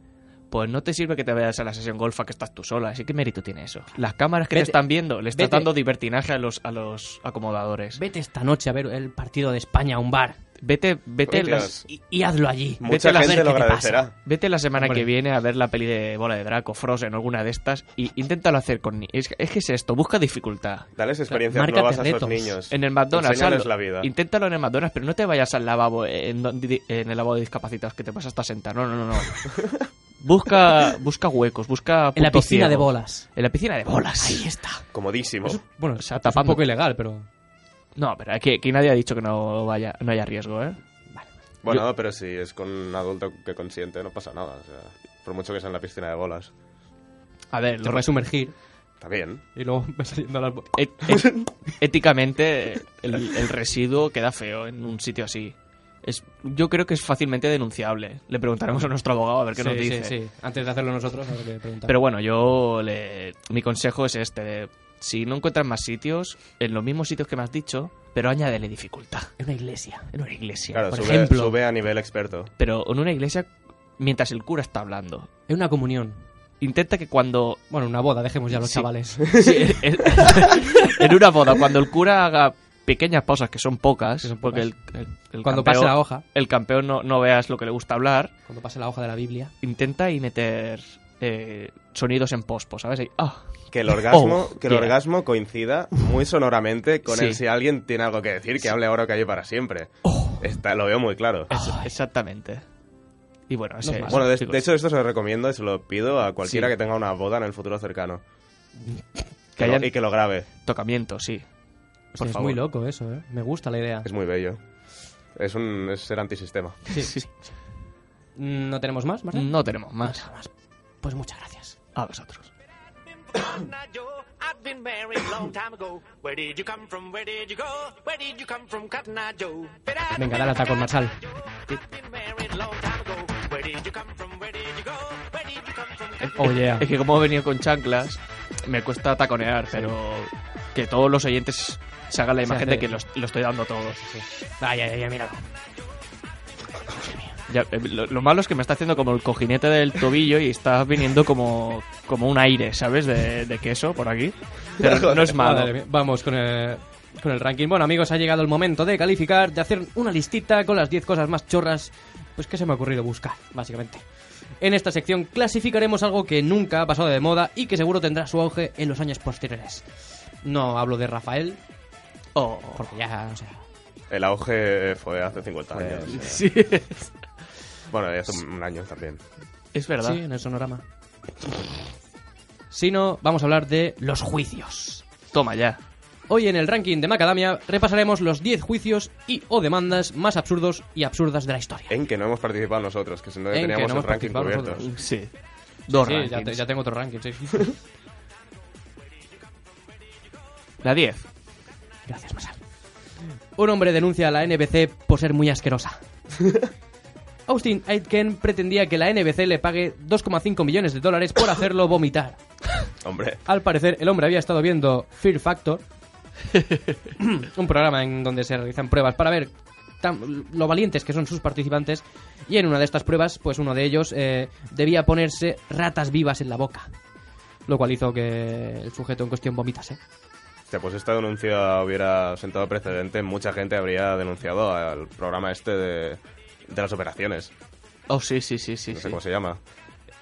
Speaker 2: pues no te sirve que te vayas a la sesión golfa que estás tú sola. Así que mérito tiene eso. Las cámaras que
Speaker 1: Vete-
Speaker 2: te están viendo le estás
Speaker 1: vete.
Speaker 2: dando divertinaje a los, a los acomodadores.
Speaker 1: Vete esta noche a ver el partido de España a un bar
Speaker 2: Vete, vete,
Speaker 3: Hostias.
Speaker 2: las-
Speaker 1: y, y hazlo allí. Vete
Speaker 3: Mucha
Speaker 1: a
Speaker 3: gente
Speaker 1: ver
Speaker 3: lo
Speaker 1: qué te pasa.
Speaker 3: agradecerá.
Speaker 2: Vete la semana
Speaker 1: Hombre.
Speaker 2: que viene a ver la peli de Bola de Draco, Frozen o alguna de estas y inténtalo hacer con ni- es, es que es esto, busca dificultad.
Speaker 3: Dales experiencias
Speaker 1: Márcate
Speaker 3: nuevas a
Speaker 1: retos.
Speaker 3: esos niños.
Speaker 2: En el McDonald's,
Speaker 3: Enséñales
Speaker 2: hazlo.
Speaker 3: la vida.
Speaker 2: inténtalo en el McDonald's, pero no te vayas al lavabo eh, en, donde- en el lavabo de discapacitados que te vas hasta sentar. No, no, no, no. busca busca huecos, busca
Speaker 1: En la
Speaker 2: puntos
Speaker 1: piscina de
Speaker 2: ciegos.
Speaker 1: bolas.
Speaker 2: En la piscina de bolas.
Speaker 1: Ahí está.
Speaker 3: Comodísimo.
Speaker 1: Bueno,
Speaker 2: O sea,
Speaker 1: es un
Speaker 2: tapando.
Speaker 1: poco ilegal, pero...
Speaker 2: No, pero aquí, aquí nadie ha dicho que no vaya no haya riesgo, ¿eh?
Speaker 3: Bueno, pero si es con un adulto que consiente, no pasa nada. o sea, por mucho que sea en la piscina de bolas.
Speaker 2: A ver,
Speaker 1: Te
Speaker 2: lo-
Speaker 1: puedes sumergir
Speaker 3: Está bien.
Speaker 1: y luego vas saliendo a las... bo-
Speaker 2: et- et- éticamente el, el residuo queda feo en un sitio así. Es, yo creo que es fácilmente denunciable. Le preguntaremos a nuestro abogado a ver qué nos
Speaker 1: Sí,
Speaker 2: dice.
Speaker 1: Sí, sí. Antes de hacerlo nosotros, habrá que preguntar.
Speaker 2: Pero bueno, yo le, mi consejo es este: de, si no encuentras más sitios, en los mismos sitios que me has dicho, pero añádele dificultad.
Speaker 1: En una iglesia.
Speaker 2: En una iglesia,
Speaker 3: Claro,
Speaker 2: por
Speaker 3: sube,
Speaker 2: ejemplo.
Speaker 3: sube a nivel experto.
Speaker 2: Pero en una iglesia, mientras el cura está hablando,
Speaker 1: En una comunión.
Speaker 2: intenta que cuando
Speaker 1: Bueno, una boda, dejemos ya a los
Speaker 2: Sí.
Speaker 1: chavales.
Speaker 2: Sí, en- en- en una boda, cuando el cura haga pequeñas pausas, que son pocas,
Speaker 1: Que son
Speaker 2: porque el,
Speaker 1: pocas.
Speaker 2: el- el
Speaker 1: Cuando
Speaker 2: campeón,
Speaker 1: pase la hoja.
Speaker 2: el campeón no, no veas lo que le gusta hablar,
Speaker 1: Cuando pase la hoja de la Biblia.
Speaker 2: intenta y meter eh, sonidos en pospo, ¿sabes? Y, ah,
Speaker 3: Que el orgasmo,
Speaker 2: Oh,
Speaker 3: que el
Speaker 2: yeah.
Speaker 3: orgasmo coincida muy sonoramente con
Speaker 2: Sí.
Speaker 3: el si alguien tiene algo que decir, que hable ahora o calle para siempre.
Speaker 1: Oh.
Speaker 3: Está, lo veo muy claro.
Speaker 2: es- exactamente. Y bueno, ese-
Speaker 1: es malo.
Speaker 3: Bueno, de,
Speaker 2: chicos,
Speaker 3: de hecho esto se lo recomiendo y se lo pido a cualquiera
Speaker 2: Sí.
Speaker 3: que tenga una boda en el futuro cercano.
Speaker 2: que
Speaker 3: Que lo-
Speaker 2: hayan
Speaker 3: y que lo grabe.
Speaker 2: tocamiento, sí. Por
Speaker 1: Hostia, es
Speaker 2: favor.
Speaker 1: muy loco eso, ¿eh? Me gusta la idea.
Speaker 3: Es muy bello. Es un es ser antisistema.
Speaker 1: Sí. Mm, ¿No tenemos más, Marta?
Speaker 2: No tenemos más.
Speaker 1: Pues muchas gracias.
Speaker 2: A vosotros.
Speaker 4: Not Joe. I've been married a long time ago. Where did you come from? Where did you go? Where did you come from, Cotton Eye Joe? But I've
Speaker 1: Venga, dale a tacos, Marsal.
Speaker 4: I've been married a long time ago. Where did you come from? Where did you go? Where did you come from? Cotton
Speaker 1: Oh, yeah.
Speaker 2: Es que como he venido con chanclas, me cuesta taconear, pero que todos los oyentes se hagan la
Speaker 1: Se
Speaker 2: imagen
Speaker 1: hace-
Speaker 2: de que lo, lo estoy dando todo.
Speaker 1: Ay, ay, ay, mira.
Speaker 2: Ya, eh, lo, lo malo es que me está haciendo como el cojinete del tobillo y está viniendo como, como un aire, ¿sabes? De, de queso por aquí. Pero no es
Speaker 1: Madre
Speaker 2: malo.
Speaker 1: mía. Vamos con el, con el ranking. Bueno, amigos, ha llegado el momento de calificar, de hacer una listita con las 10 cosas más chorras pues que se me ha ocurrido buscar, básicamente. En esta sección clasificaremos algo que nunca ha pasado de moda y que seguro tendrá su auge en los años posteriores. No hablo de Rafael,
Speaker 2: Oh,
Speaker 1: porque ya, o sea,
Speaker 3: El auge fue hace 50 años. o sea.
Speaker 2: Pues, sí.
Speaker 3: Bueno, y hace un un año también.
Speaker 2: Es verdad.
Speaker 1: sí, en el sonorama. Sino, vamos a hablar de los juicios.
Speaker 2: Toma ya.
Speaker 1: Hoy en el ranking de Macadamia repasaremos los 10 juicios y o demandas más absurdos y absurdas de la historia.
Speaker 3: En que no hemos participado nosotros, que si no
Speaker 1: En que
Speaker 3: teníamos
Speaker 1: no
Speaker 3: el
Speaker 1: hemos
Speaker 3: ranking
Speaker 1: participado
Speaker 3: cubierto.
Speaker 1: nosotros.
Speaker 2: Sí. Dos
Speaker 1: Sí, ya
Speaker 2: rankings.
Speaker 1: te- ya tengo otro ranking, sí.
Speaker 2: La 10.
Speaker 1: Gracias, Masal. Un hombre denuncia a la NBC por ser muy asquerosa. Austin Aitken pretendía que la NBC le pague 2,5 millones de dólares por hacerlo vomitar.
Speaker 3: Hombre,
Speaker 1: Al parecer, el hombre había estado viendo Fear Factor, un programa en donde se realizan pruebas para ver tan- lo valientes que son sus participantes. Y en una de estas pruebas, pues uno de ellos eh, debía ponerse ratas vivas en la boca. Lo cual hizo que el sujeto en cuestión vomitase.
Speaker 3: Hostia, pues esta denuncia hubiera sentado precedente, mucha gente habría denunciado al programa este de, de las operaciones.
Speaker 2: Oh, sí, sí, sí, sí.
Speaker 3: no sé
Speaker 2: sí.
Speaker 3: cómo se llama.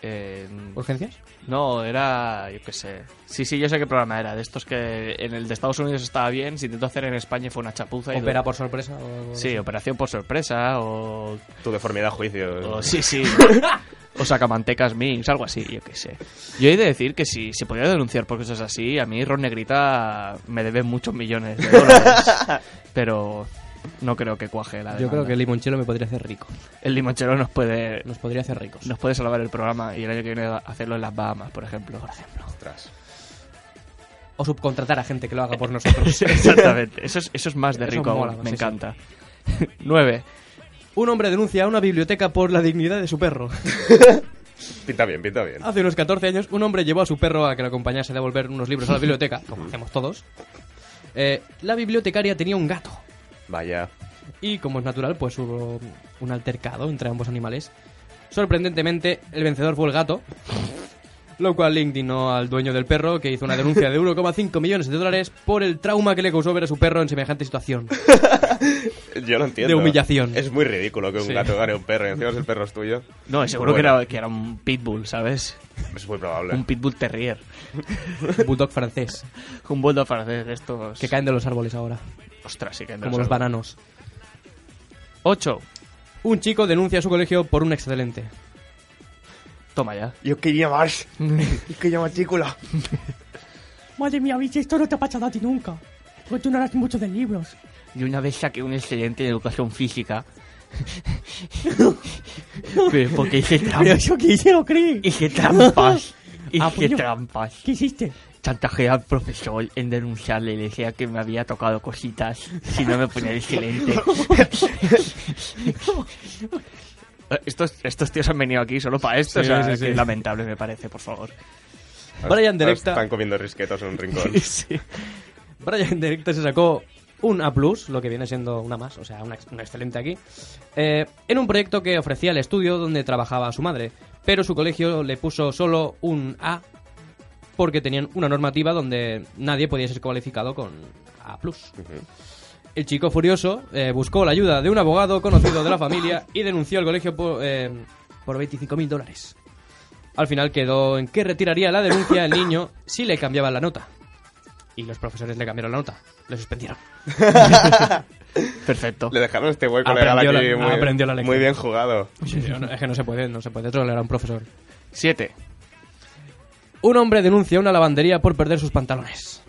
Speaker 2: Eh,
Speaker 1: ¿Urgencias?
Speaker 2: no, era, yo qué sé. Sí, sí, yo sé qué programa era. De estos que en el de Estados Unidos estaba bien, se intentó hacer en España y fue una chapuza. Y
Speaker 1: Opera por sorpresa. o algo
Speaker 2: Sí,
Speaker 1: así.
Speaker 2: operación por sorpresa o...
Speaker 3: Tu deformidad juicio.
Speaker 2: o Oh, sí, sí. o sacamantecas memes, algo así, yo qué sé. Yo he de decir que si se podía denunciar por cosas así, a mí Ron Negrita me debe muchos millones de dólares. pero no creo que cuaje la
Speaker 1: Yo creo
Speaker 2: demanda.
Speaker 1: que el limonchelo me podría hacer rico.
Speaker 2: el limonchero nos puede
Speaker 1: Nos podría hacer ricos.
Speaker 2: nos puede salvar el programa y el año que viene hacerlo en las Bahamas, por ejemplo. Por ejemplo.
Speaker 3: Ostras.
Speaker 1: O subcontratar a gente que lo haga por nosotros.
Speaker 2: Exactamente. Eso es, eso es más de
Speaker 1: Eso
Speaker 2: rico aún.
Speaker 1: mola,
Speaker 2: Me
Speaker 1: sí, sí.
Speaker 2: encanta. 9.
Speaker 1: Un hombre denuncia a una biblioteca por la dignidad de su perro.
Speaker 3: Pinta bien, pinta
Speaker 2: Ah.
Speaker 3: bien.
Speaker 1: Hace unos 14 años, un hombre llevó a su perro a que lo acompañase a devolver unos libros a la biblioteca, como hacemos todos. Eh, la bibliotecaria tenía un gato.
Speaker 3: Vaya.
Speaker 1: Y como es natural, pues hubo un altercado entre ambos animales. Sorprendentemente, el vencedor fue el gato, lo cual le indignó al dueño del perro, que hizo una denuncia de 1,5 millones de dólares por el trauma que le causó ver a su perro en semejante situación.
Speaker 3: Yo no entiendo.
Speaker 1: De humillación.
Speaker 3: Es muy ridículo que un
Speaker 1: Sí.
Speaker 3: gato gane a un perro y encima si el perro es tuyo.
Speaker 2: No, y seguro
Speaker 3: Bueno.
Speaker 2: que, era, que era un pitbull, ¿sabes?
Speaker 3: Es muy probable.
Speaker 2: Un pitbull terrier.
Speaker 1: Bulldog francés,
Speaker 2: Un bulldog francés de estos.
Speaker 1: que caen de los árboles ahora,
Speaker 2: Ostras, sí que
Speaker 1: como los bananos.
Speaker 2: 8.
Speaker 1: Un chico denuncia a su colegio por un excelente.
Speaker 2: Toma ya.
Speaker 5: Yo quería más. Yo quería matrícula.
Speaker 6: Madre mía, bicho, esto no te ha pasado a ti nunca. Porque tú no eras mucho de libros.
Speaker 2: Y una vez saqué un excelente en educación física. Pero porque hice
Speaker 6: Pero
Speaker 2: trampas.
Speaker 6: eso que hice lo creí.
Speaker 2: Hice trampas.
Speaker 1: pues
Speaker 6: Ah,
Speaker 2: Hice
Speaker 6: coño.
Speaker 2: trampas.
Speaker 6: ¿Qué hiciste?
Speaker 2: chantajeé al profesor en denunciarle, le decía que me había tocado cositas si no me ponía el silente. estos, estos tíos han venido aquí solo para esto,
Speaker 1: Sí,
Speaker 2: o sea,
Speaker 1: sí, sí.
Speaker 2: que es lamentable me parece, por favor.
Speaker 3: Ahora-
Speaker 1: Brian de
Speaker 3: ahora
Speaker 1: Lecta-
Speaker 3: Están comiendo risquetos en un rincón.
Speaker 1: Brian Directa se sacó un A, lo que viene siendo una más, o sea, una, ex- una excelente aquí, eh, en un proyecto que ofrecía el estudio donde trabajaba su madre. Pero su colegio le puso solo un A porque tenían una normativa donde nadie podía ser cualificado con A. El chico furioso eh, buscó la ayuda de un abogado conocido de la familia y denunció al colegio por, eh, por 25.000 dólares. Al final quedó en que retiraría la denuncia el niño si le cambiaban la nota. Y los profesores le cambiaron la nota. Le suspendieron.
Speaker 2: Perfecto.
Speaker 3: Le dejaron este hueco
Speaker 1: Aprendió
Speaker 3: legal aquí
Speaker 1: la-
Speaker 3: muy,
Speaker 1: aprendió la lección.
Speaker 3: muy bien jugado.
Speaker 1: es que no se puede, no se puede trolear a un profesor.
Speaker 2: 7.
Speaker 1: Un hombre denuncia una lavandería por perder sus pantalones.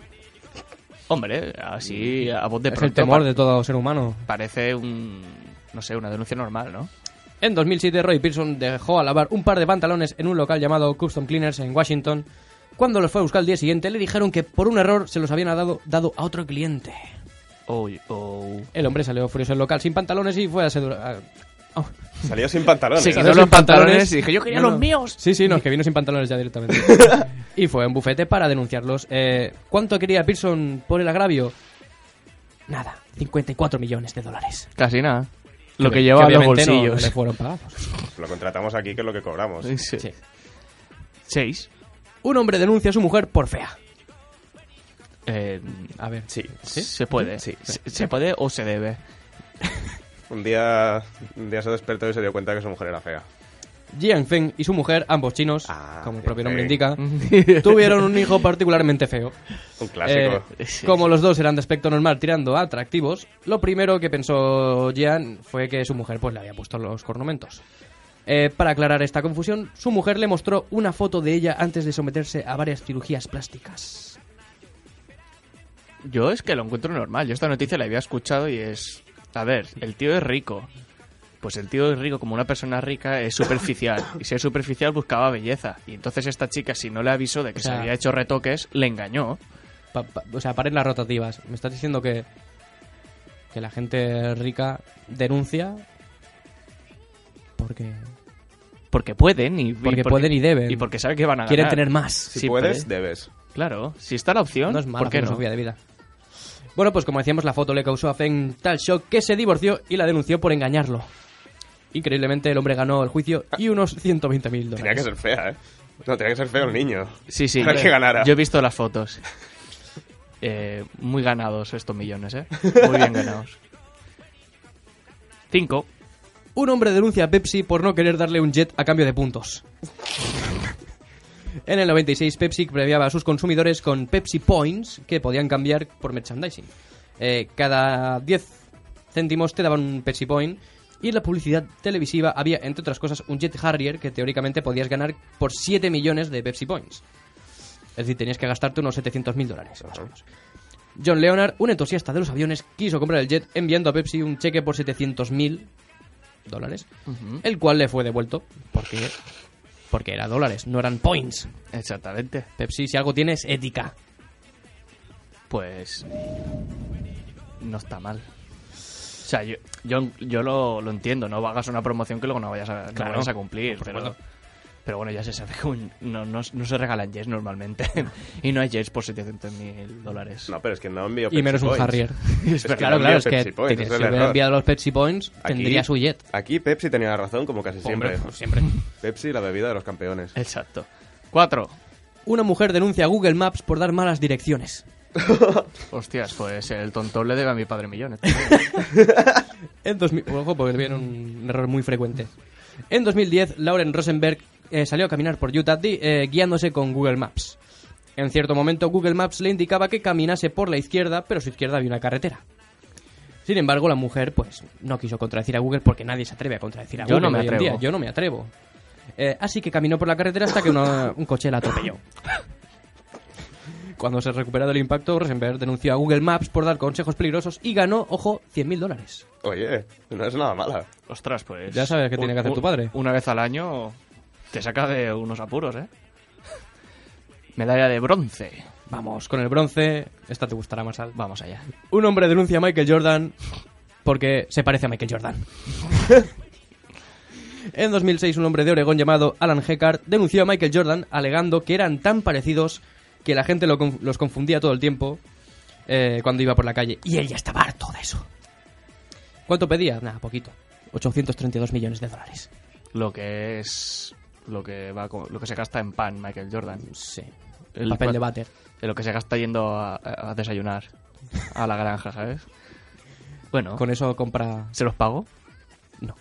Speaker 2: Hombre, así a voz de
Speaker 1: es
Speaker 2: pronto
Speaker 1: el temor
Speaker 2: pa-
Speaker 1: de todo ser humano.
Speaker 2: parece un... No sé, una denuncia normal, ¿no?
Speaker 1: En 2007, Roy Pearson dejó a lavar un par de pantalones en un local llamado Custom Cleaners en Washington. Cuando los fue a buscar al día siguiente, le dijeron que por un error se los habían dado, dado a otro cliente.
Speaker 2: Oh, oh.
Speaker 1: El hombre salió furioso del local sin pantalones y fue asedur- a... oh.
Speaker 3: Salió sin pantalones.
Speaker 2: Se
Speaker 3: ¿eh?
Speaker 1: Sí,
Speaker 2: quitó
Speaker 1: sin
Speaker 2: los pantalones
Speaker 1: pantalones.
Speaker 2: y dije, yo quería
Speaker 1: No,
Speaker 2: los
Speaker 1: no.
Speaker 2: míos.
Speaker 1: Sí, sí, no, es que vino sin pantalones ya directamente. y fue a un bufete para denunciarlos. Eh, ¿Cuánto quería Pearson por el agravio? Nada, 54 millones de dólares.
Speaker 2: Casi nada. Lo que,
Speaker 1: ve-
Speaker 2: llevaba en los
Speaker 1: obviamente no
Speaker 2: bolsillos.
Speaker 1: le fueron pagados.
Speaker 3: Lo contratamos aquí, que es lo que cobramos.
Speaker 1: Sí.
Speaker 2: 6.
Speaker 1: Un hombre denuncia a su mujer por fea.
Speaker 2: Eh, a ver, sí.
Speaker 1: ¿Sí?
Speaker 2: Se puede. Se, se puede o se debe.
Speaker 3: Un día, un día se despertó y se dio cuenta que su mujer era fea.
Speaker 1: Jiang Feng y su mujer, ambos chinos,
Speaker 3: Ah,
Speaker 1: como el
Speaker 3: Jiang
Speaker 1: propio nombre
Speaker 3: Feng.
Speaker 1: indica, tuvieron un hijo particularmente feo.
Speaker 3: Un clásico.
Speaker 1: Eh, como los dos eran de aspecto normal tirando a atractivos, lo primero que pensó Jean fue que su mujer pues le había puesto los cornamentos. Eh, para aclarar esta confusión, su mujer le mostró una foto de ella antes de someterse a varias cirugías plásticas.
Speaker 2: Yo es que lo encuentro normal. Yo esta noticia la había escuchado y es... A ver, el tío es rico. Pues el tío es rico como una persona rica es superficial. Y si es superficial buscaba belleza. Y entonces esta chica, si no le avisó de que
Speaker 1: O sea-
Speaker 2: se había hecho retoques, le engañó.
Speaker 1: Pa- pa- o sea, paren las rotativas. Me estás diciendo que que la gente rica denuncia porque
Speaker 2: Porque pueden y... y
Speaker 1: Porque pueden y deben.
Speaker 2: Y porque saben que van a ganar.
Speaker 1: quieren tener más.
Speaker 3: si
Speaker 2: sí,
Speaker 3: puedes,
Speaker 2: puede.
Speaker 3: debes.
Speaker 2: Claro. Si está la opción,
Speaker 1: No es mala
Speaker 2: ¿por qué no?
Speaker 1: filosofía de vida. Bueno, pues como decíamos, la foto le causó a Feng tal shock que se divorció y la denunció por engañarlo. Increíblemente, el hombre ganó el juicio y unos 120.000
Speaker 3: Tenía que
Speaker 1: dólares.
Speaker 3: ser fea, ¿eh? No, tenía que ser feo el niño.
Speaker 2: Sí, sí.
Speaker 3: No es que ganara.
Speaker 2: Yo he visto las fotos. Eh, muy ganados estos millones, ¿eh? Muy bien ganados. Cinco.
Speaker 1: Un hombre denuncia a Pepsi por no querer darle un jet a cambio de puntos. En el 96, Pepsi premiaba a sus consumidores con Pepsi Points que podían cambiar por merchandising. Eh, cada 10 céntimos te daban un Pepsi Point y en la publicidad televisiva había, entre otras cosas, un Jet Harrier que teóricamente podías ganar por 7 millones de Pepsi Points. Es decir, tenías que gastarte unos 700.000 dólares, más o menos. John Leonard, un entusiasta de los aviones, quiso comprar el jet enviando a Pepsi un cheque por 700.000 dólares, el cual le fue devuelto porque, porque era dólares, no eran points.
Speaker 2: Exactamente.
Speaker 1: Pepsi, si algo tiene, es ética.
Speaker 2: Pues. No está mal. O sea, yo, yo, yo lo, lo entiendo, no hagas una promoción que luego no vayas a, no
Speaker 1: Claro,
Speaker 2: vayas a cumplir.
Speaker 1: por
Speaker 2: Pero,
Speaker 1: supuesto.
Speaker 2: pero bueno, ya se sabe que un- no, no, no se regalan jets normalmente. y no hay jets por 700 mil dólares.
Speaker 3: No, pero es que no envió
Speaker 1: Y menos un
Speaker 3: Pepsi Points.
Speaker 1: Harrier.
Speaker 3: Es que
Speaker 1: claro,
Speaker 3: no
Speaker 1: claro,
Speaker 3: envió
Speaker 1: es que
Speaker 3: Pepsi Points,
Speaker 1: tiene- si
Speaker 3: ese es el
Speaker 1: hubiera
Speaker 3: error.
Speaker 1: enviado los Pepsi Points,
Speaker 3: Aquí-
Speaker 1: tendría su jet.
Speaker 3: Aquí Pepsi tenía la razón, como casi siempre.
Speaker 1: Hombre, pues siempre.
Speaker 3: Pepsi, la bebida de los campeones.
Speaker 2: Exacto. Cuatro.
Speaker 1: Una mujer denuncia a Google Maps por dar malas direcciones.
Speaker 2: Hostias, pues el tontón le debe a mi padre millones.
Speaker 1: En 2000, ojo, porque viene un error muy frecuente. En 2010, Lauren Rosenberg eh, salió a caminar por Utah di- eh, guiándose con Google Maps. En cierto momento, Google Maps le indicaba que caminase por la izquierda, pero a su izquierda había una carretera. Sin embargo, la mujer pues no quiso contradecir a Google porque nadie se atreve a contradecir a
Speaker 2: Yo
Speaker 1: Google
Speaker 2: no me
Speaker 1: hoy en día.
Speaker 2: atrevo.
Speaker 1: Yo no me atrevo. Eh, así que caminó por la carretera hasta que una- un coche la atropelló. Cuando se recuperó del impacto, Rosenberg denunció a Google Maps por dar consejos peligrosos y ganó, ojo, 100.000 dólares.
Speaker 3: Oye, no es nada mala.
Speaker 2: Ostras, pues.
Speaker 1: Ya sabes qué tiene que hacer tu padre.
Speaker 2: Una vez al año te saca de unos apuros, ¿eh? Medalla de bronce.
Speaker 1: Vamos, con el bronce, esta te gustará más. Al.
Speaker 2: Vamos allá.
Speaker 1: Un hombre denuncia a Michael Jordan porque se parece a Michael Jordan. en 2006, un hombre de Oregón llamado Alan Heckard denunció a Michael Jordan alegando que eran tan parecidos que la gente lo conf- los confundía todo el tiempo eh, cuando iba por la calle. Y él ya estaba harto de eso. ¿Cuánto pedía? Nada, poquito. 832 millones de dólares.
Speaker 2: Lo que es. Lo que, va con- lo que se gasta en pan, Michael Jordan.
Speaker 1: Sí.
Speaker 2: El
Speaker 1: papel
Speaker 2: cua-
Speaker 1: de váter.
Speaker 2: Lo que se gasta yendo a, a desayunar a la granja, ¿sabes? Bueno,
Speaker 1: Con eso compra...
Speaker 2: ¿se los pago?
Speaker 1: No.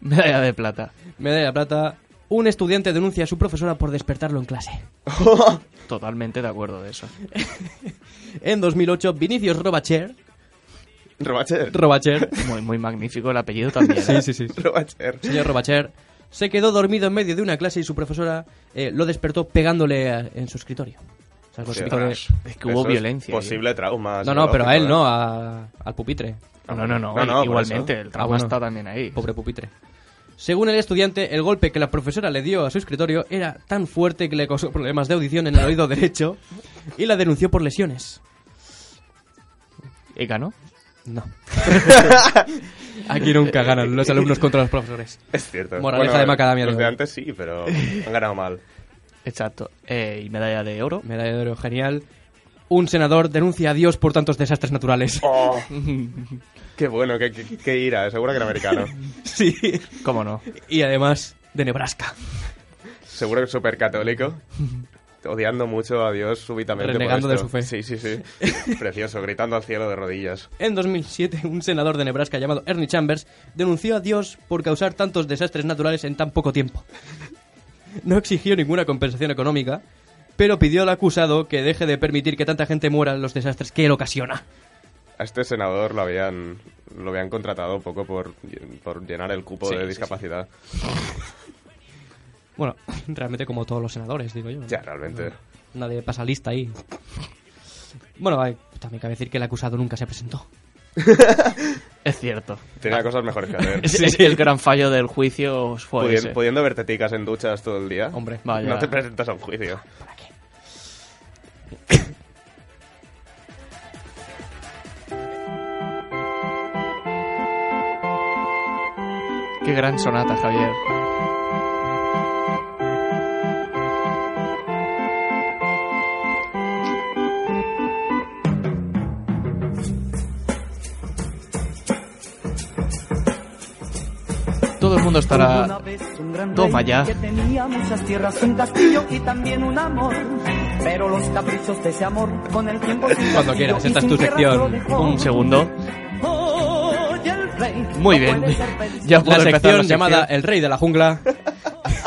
Speaker 2: Medalla de plata.
Speaker 1: Medalla de plata. Un estudiante denuncia a su profesora por despertarlo en clase.
Speaker 2: Totalmente de acuerdo de eso.
Speaker 1: En 2008, Vinicius Robacher.
Speaker 3: Robacher.
Speaker 1: Robacher.
Speaker 2: Muy, muy magnífico el apellido también. ¿eh?
Speaker 1: sí, sí.
Speaker 3: Robacher.
Speaker 1: Señor Robacher se quedó dormido en medio de una clase y su profesora eh, lo despertó pegándole a- en su escritorio. O sea, algo
Speaker 3: Sí,
Speaker 1: típico de-
Speaker 3: ostras.
Speaker 2: Es que hubo
Speaker 3: Eso es
Speaker 2: violencia. ahí. ¿eh?
Speaker 3: Posible trauma.
Speaker 1: ¿eh? No, no, pero a él
Speaker 3: psicológico,
Speaker 1: no, a- al pupitre.
Speaker 2: No, no, no,
Speaker 3: No, no, por
Speaker 2: igualmente, el trauma
Speaker 1: Ah, bueno.
Speaker 2: está también ahí.
Speaker 1: Pobre pupitre. Según el estudiante, el golpe que la profesora le dio a su escritorio era tan fuerte que le causó problemas de audición en el oído derecho y la denunció por lesiones.
Speaker 2: ¿Y ganó?
Speaker 1: No. Aquí nunca ganan los alumnos contra los profesores.
Speaker 3: ¿eh? Es cierto.
Speaker 1: Moraleja de macadamia,
Speaker 3: Los de
Speaker 1: luego.
Speaker 3: antes sí, pero han ganado mal.
Speaker 2: Exacto. Eh, y medalla de oro.
Speaker 1: Medalla de oro, genial. Un senador denuncia a Dios por tantos desastres naturales.
Speaker 3: Oh, qué bueno, qué, qué, qué ira. ¿eh? Seguro que era americano.
Speaker 1: Sí.
Speaker 2: ¿Cómo no?
Speaker 1: Y además de Nebraska.
Speaker 3: Seguro que súper católico. Odiando mucho a Dios súbitamente. por
Speaker 1: Renegando de
Speaker 3: esto.
Speaker 1: su fe.
Speaker 3: Sí, sí, sí. Precioso, gritando al cielo de rodillas.
Speaker 1: En 2007, un senador de Nebraska llamado Ernie Chambers denunció a Dios por causar tantos desastres naturales en tan poco tiempo. No exigió ninguna compensación económica, pero pidió al acusado que deje de permitir que tanta gente muera en los desastres que él ocasiona.
Speaker 3: A este senador lo habían, lo habían contratado un poco por, por llenar el cupo
Speaker 1: Sí,
Speaker 3: de
Speaker 1: sí,
Speaker 3: discapacidad.
Speaker 1: Bueno, realmente como todos los senadores, digo yo. ¿no?
Speaker 3: Ya, realmente.
Speaker 1: Nadie pasa lista ahí. Bueno, hay- también cabe decir que el acusado nunca se presentó.
Speaker 2: Es cierto.
Speaker 1: Ah.
Speaker 3: Tenía cosas mejores que hacer.
Speaker 2: Es, es que el gran fallo del juicio fue
Speaker 3: Pudien-
Speaker 2: ese.
Speaker 3: pudiendo verte ticas en duchas todo el día.
Speaker 1: Hombre,
Speaker 2: Vaya.
Speaker 3: No te presentas a un juicio.
Speaker 2: Qué gran sonata, Javier. todo el mundo estará...
Speaker 7: Una vez un gran
Speaker 2: Toma
Speaker 7: rey
Speaker 2: ya.
Speaker 7: Que tenía muchas tierras, un castillo y también un amor. Pero los caprichos de ese amor con el tiempo. sin
Speaker 1: Cuando
Speaker 7: castillo
Speaker 1: quieras,
Speaker 7: y
Speaker 1: esta es
Speaker 7: sin
Speaker 1: tu
Speaker 7: tierras
Speaker 1: sección.
Speaker 7: lo dejó.
Speaker 2: Un segundo.
Speaker 7: Hoy el rey
Speaker 2: Muy
Speaker 7: no
Speaker 2: bien.
Speaker 7: puede ser feliz.
Speaker 2: Ya
Speaker 1: La
Speaker 2: puedo empezar
Speaker 1: sección
Speaker 2: la
Speaker 1: llamada El Rey de la Jungla.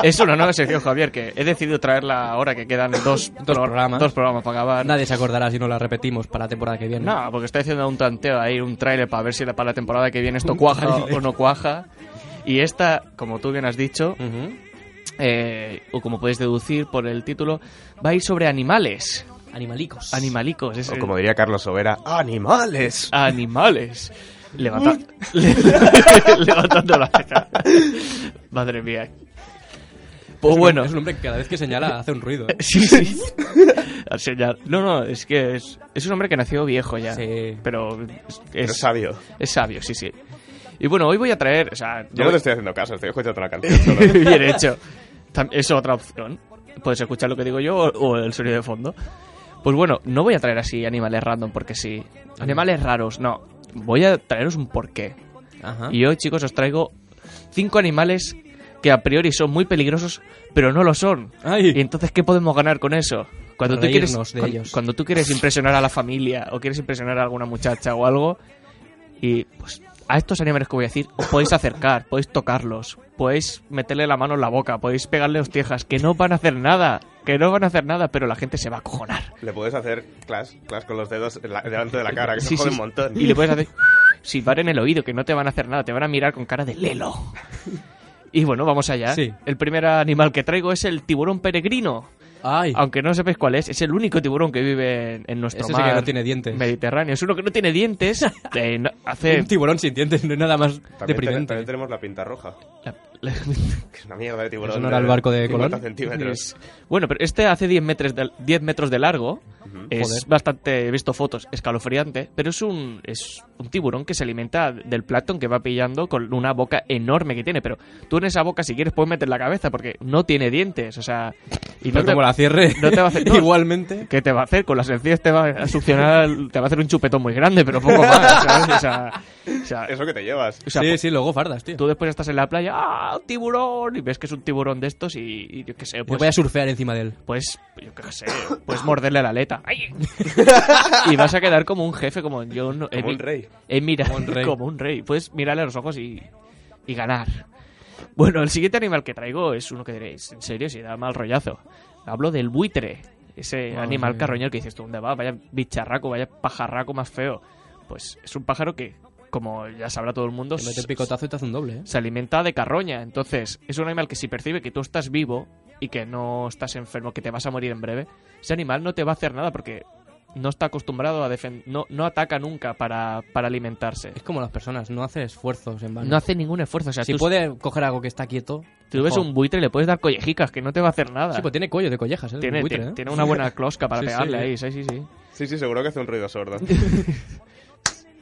Speaker 2: Es una nueva sección, Javier, que he decidido traerla ahora que quedan dos,
Speaker 1: Dos programas.
Speaker 2: Dos programas para acabar.
Speaker 1: Nadie se acordará si no la repetimos para la temporada que viene.
Speaker 2: No, porque estoy haciendo un tanteo ahí, un tráiler para ver si la- para la temporada que viene esto cuaja o no cuaja. Y esta, como tú bien has dicho,
Speaker 1: Ujú.
Speaker 2: eh, o como puedes deducir por el título, va a ir sobre animales.
Speaker 1: Animalicos.
Speaker 2: Animalicos. Es
Speaker 3: O
Speaker 2: el-
Speaker 3: como diría Carlos Sobera, ¡animales!
Speaker 2: Animales. Levanta... le- Levantando la ceja. Madre mía. Pues bueno.
Speaker 1: Es un hombre que cada vez que señala hace un ruido. ¿eh?
Speaker 2: Sí, sí. Al señal. No, no, es que es, es un hombre que nació viejo ya.
Speaker 1: Sí.
Speaker 2: Pero es,
Speaker 3: Pero sabio.
Speaker 2: es sabio, sí, sí. Y bueno, hoy voy a traer. O sea, no-
Speaker 3: Yo no te estoy haciendo caso, estoy escuchando una canción solo. ¿eh?
Speaker 2: Bien hecho. Tam- Es otra opción. Puedes escuchar lo que digo yo o, o el sonido de fondo. Pues bueno, no voy a traer así animales random porque sí. Animales raros, no. Voy a traeros un porqué.
Speaker 1: Ajá.
Speaker 2: Y hoy, chicos, os traigo cinco animales que a priori son muy peligrosos, pero no lo son.
Speaker 1: Ay.
Speaker 2: Y entonces, ¿qué podemos ganar con eso? Cuando tú, quieres,
Speaker 1: Reírnos de
Speaker 2: cuan-
Speaker 1: ellos.
Speaker 2: cuando tú quieres impresionar a la familia o quieres impresionar a alguna muchacha o algo, y pues a estos animales que voy a decir, os podéis acercar, podéis tocarlos, podéis meterle la mano en la boca, podéis pegarle hostiejas, que no van a hacer nada, que no van a hacer nada, pero la gente se va a cojonar.
Speaker 3: Le puedes hacer clash, clash con los dedos en la- delante de la cara, que se jode un montón.
Speaker 2: Y le puedes hacer silbar en el oído, que no te van a hacer nada, te van a mirar con cara de lelo. Y bueno, vamos allá.
Speaker 1: Sí.
Speaker 2: El primer animal que traigo es el tiburón peregrino.
Speaker 1: Ay.
Speaker 2: Aunque no sepáis cuál es, es el único tiburón que vive en, en nuestro
Speaker 1: Ese sí que
Speaker 2: mar
Speaker 1: no tiene dientes.
Speaker 2: Mediterráneo. Es uno que no tiene dientes. eh, no- hace...
Speaker 1: Un tiburón sin dientes no es nada más
Speaker 3: También, ten-
Speaker 1: deprimente.
Speaker 3: también tenemos la pinta roja,
Speaker 2: la- la-
Speaker 3: que es una mierda de tiburón.
Speaker 1: ¿Eso no
Speaker 3: de
Speaker 1: era el barco de
Speaker 3: 50
Speaker 1: Colón?
Speaker 3: centímetros.
Speaker 2: es- Bueno, pero este hace 10 metros de, 10 metros de largo. Es
Speaker 1: Joder.
Speaker 2: bastante, he visto fotos, escalofriante. Pero es un, es un tiburón que se alimenta del plancton que va pillando con una boca enorme que tiene. Pero tú en esa boca, si quieres, puedes meter la cabeza porque no tiene dientes. O sea, y
Speaker 1: Pero
Speaker 2: no te-
Speaker 1: como la cierre
Speaker 2: no te va a hacer- no.
Speaker 1: igualmente.
Speaker 2: ¿Qué te va a hacer? Con las encías te va a succionar, te va a hacer un chupetón muy grande, pero poco más, ¿sabes? O sea, o sea,
Speaker 3: Ah, Eso que te llevas.
Speaker 2: o sea, pues,
Speaker 1: sí, sí, luego fardas, tío.
Speaker 2: tú después estás en la playa, ¡ah, un tiburón! Y ves que es un tiburón de estos y, y yo qué sé,
Speaker 1: Yo
Speaker 2: pues...
Speaker 1: voy a surfear encima de él.
Speaker 2: Pues, yo qué sé, pues morderle la aleta. ¡Ay! y vas a quedar como un jefe, como yo no... he
Speaker 3: Como
Speaker 2: mi-
Speaker 3: un rey.
Speaker 2: he mirado-
Speaker 1: Como un rey.
Speaker 2: Eh, como un rey. Puedes mirarle a los ojos y, y ganar. Bueno, el siguiente animal que traigo es uno que diréis, en serio, si da mal rollazo. Hablo del buitre, ese
Speaker 1: Madre
Speaker 2: animal
Speaker 1: mía.
Speaker 2: carroñero que dices tú, ¿dónde va? Vaya bicharraco, vaya pajarraco más feo. Pues es un pájaro que, como ya sabrá todo el mundo,
Speaker 1: Te mete el
Speaker 2: s-
Speaker 1: picotazo y te hace un doble, ¿eh?
Speaker 2: se alimenta de carroña. Entonces, es un animal que si percibe que tú estás vivo y que no estás enfermo, que te vas a morir en breve, ese animal no te va a hacer nada porque no está acostumbrado a defender, no, no ataca nunca para, para alimentarse.
Speaker 1: Es como las personas, no hace esfuerzos en vano.
Speaker 2: No hace ningún esfuerzo. O sea,
Speaker 1: si
Speaker 2: tú,
Speaker 1: puede coger algo que está quieto.
Speaker 2: tú ves
Speaker 1: mejor.
Speaker 2: un buitre y le puedes dar collejicas, que no te va a hacer nada.
Speaker 1: Sí, pues tiene cuello de collejas, ¿eh?
Speaker 2: tiene,
Speaker 1: Un buitre,
Speaker 2: tiene-
Speaker 1: ¿eh?
Speaker 2: tiene una buena closca para
Speaker 1: Sí, sí.
Speaker 2: pegarle ahí, sí, sí, sí.
Speaker 3: Sí, sí, seguro que hace un ruido sordo.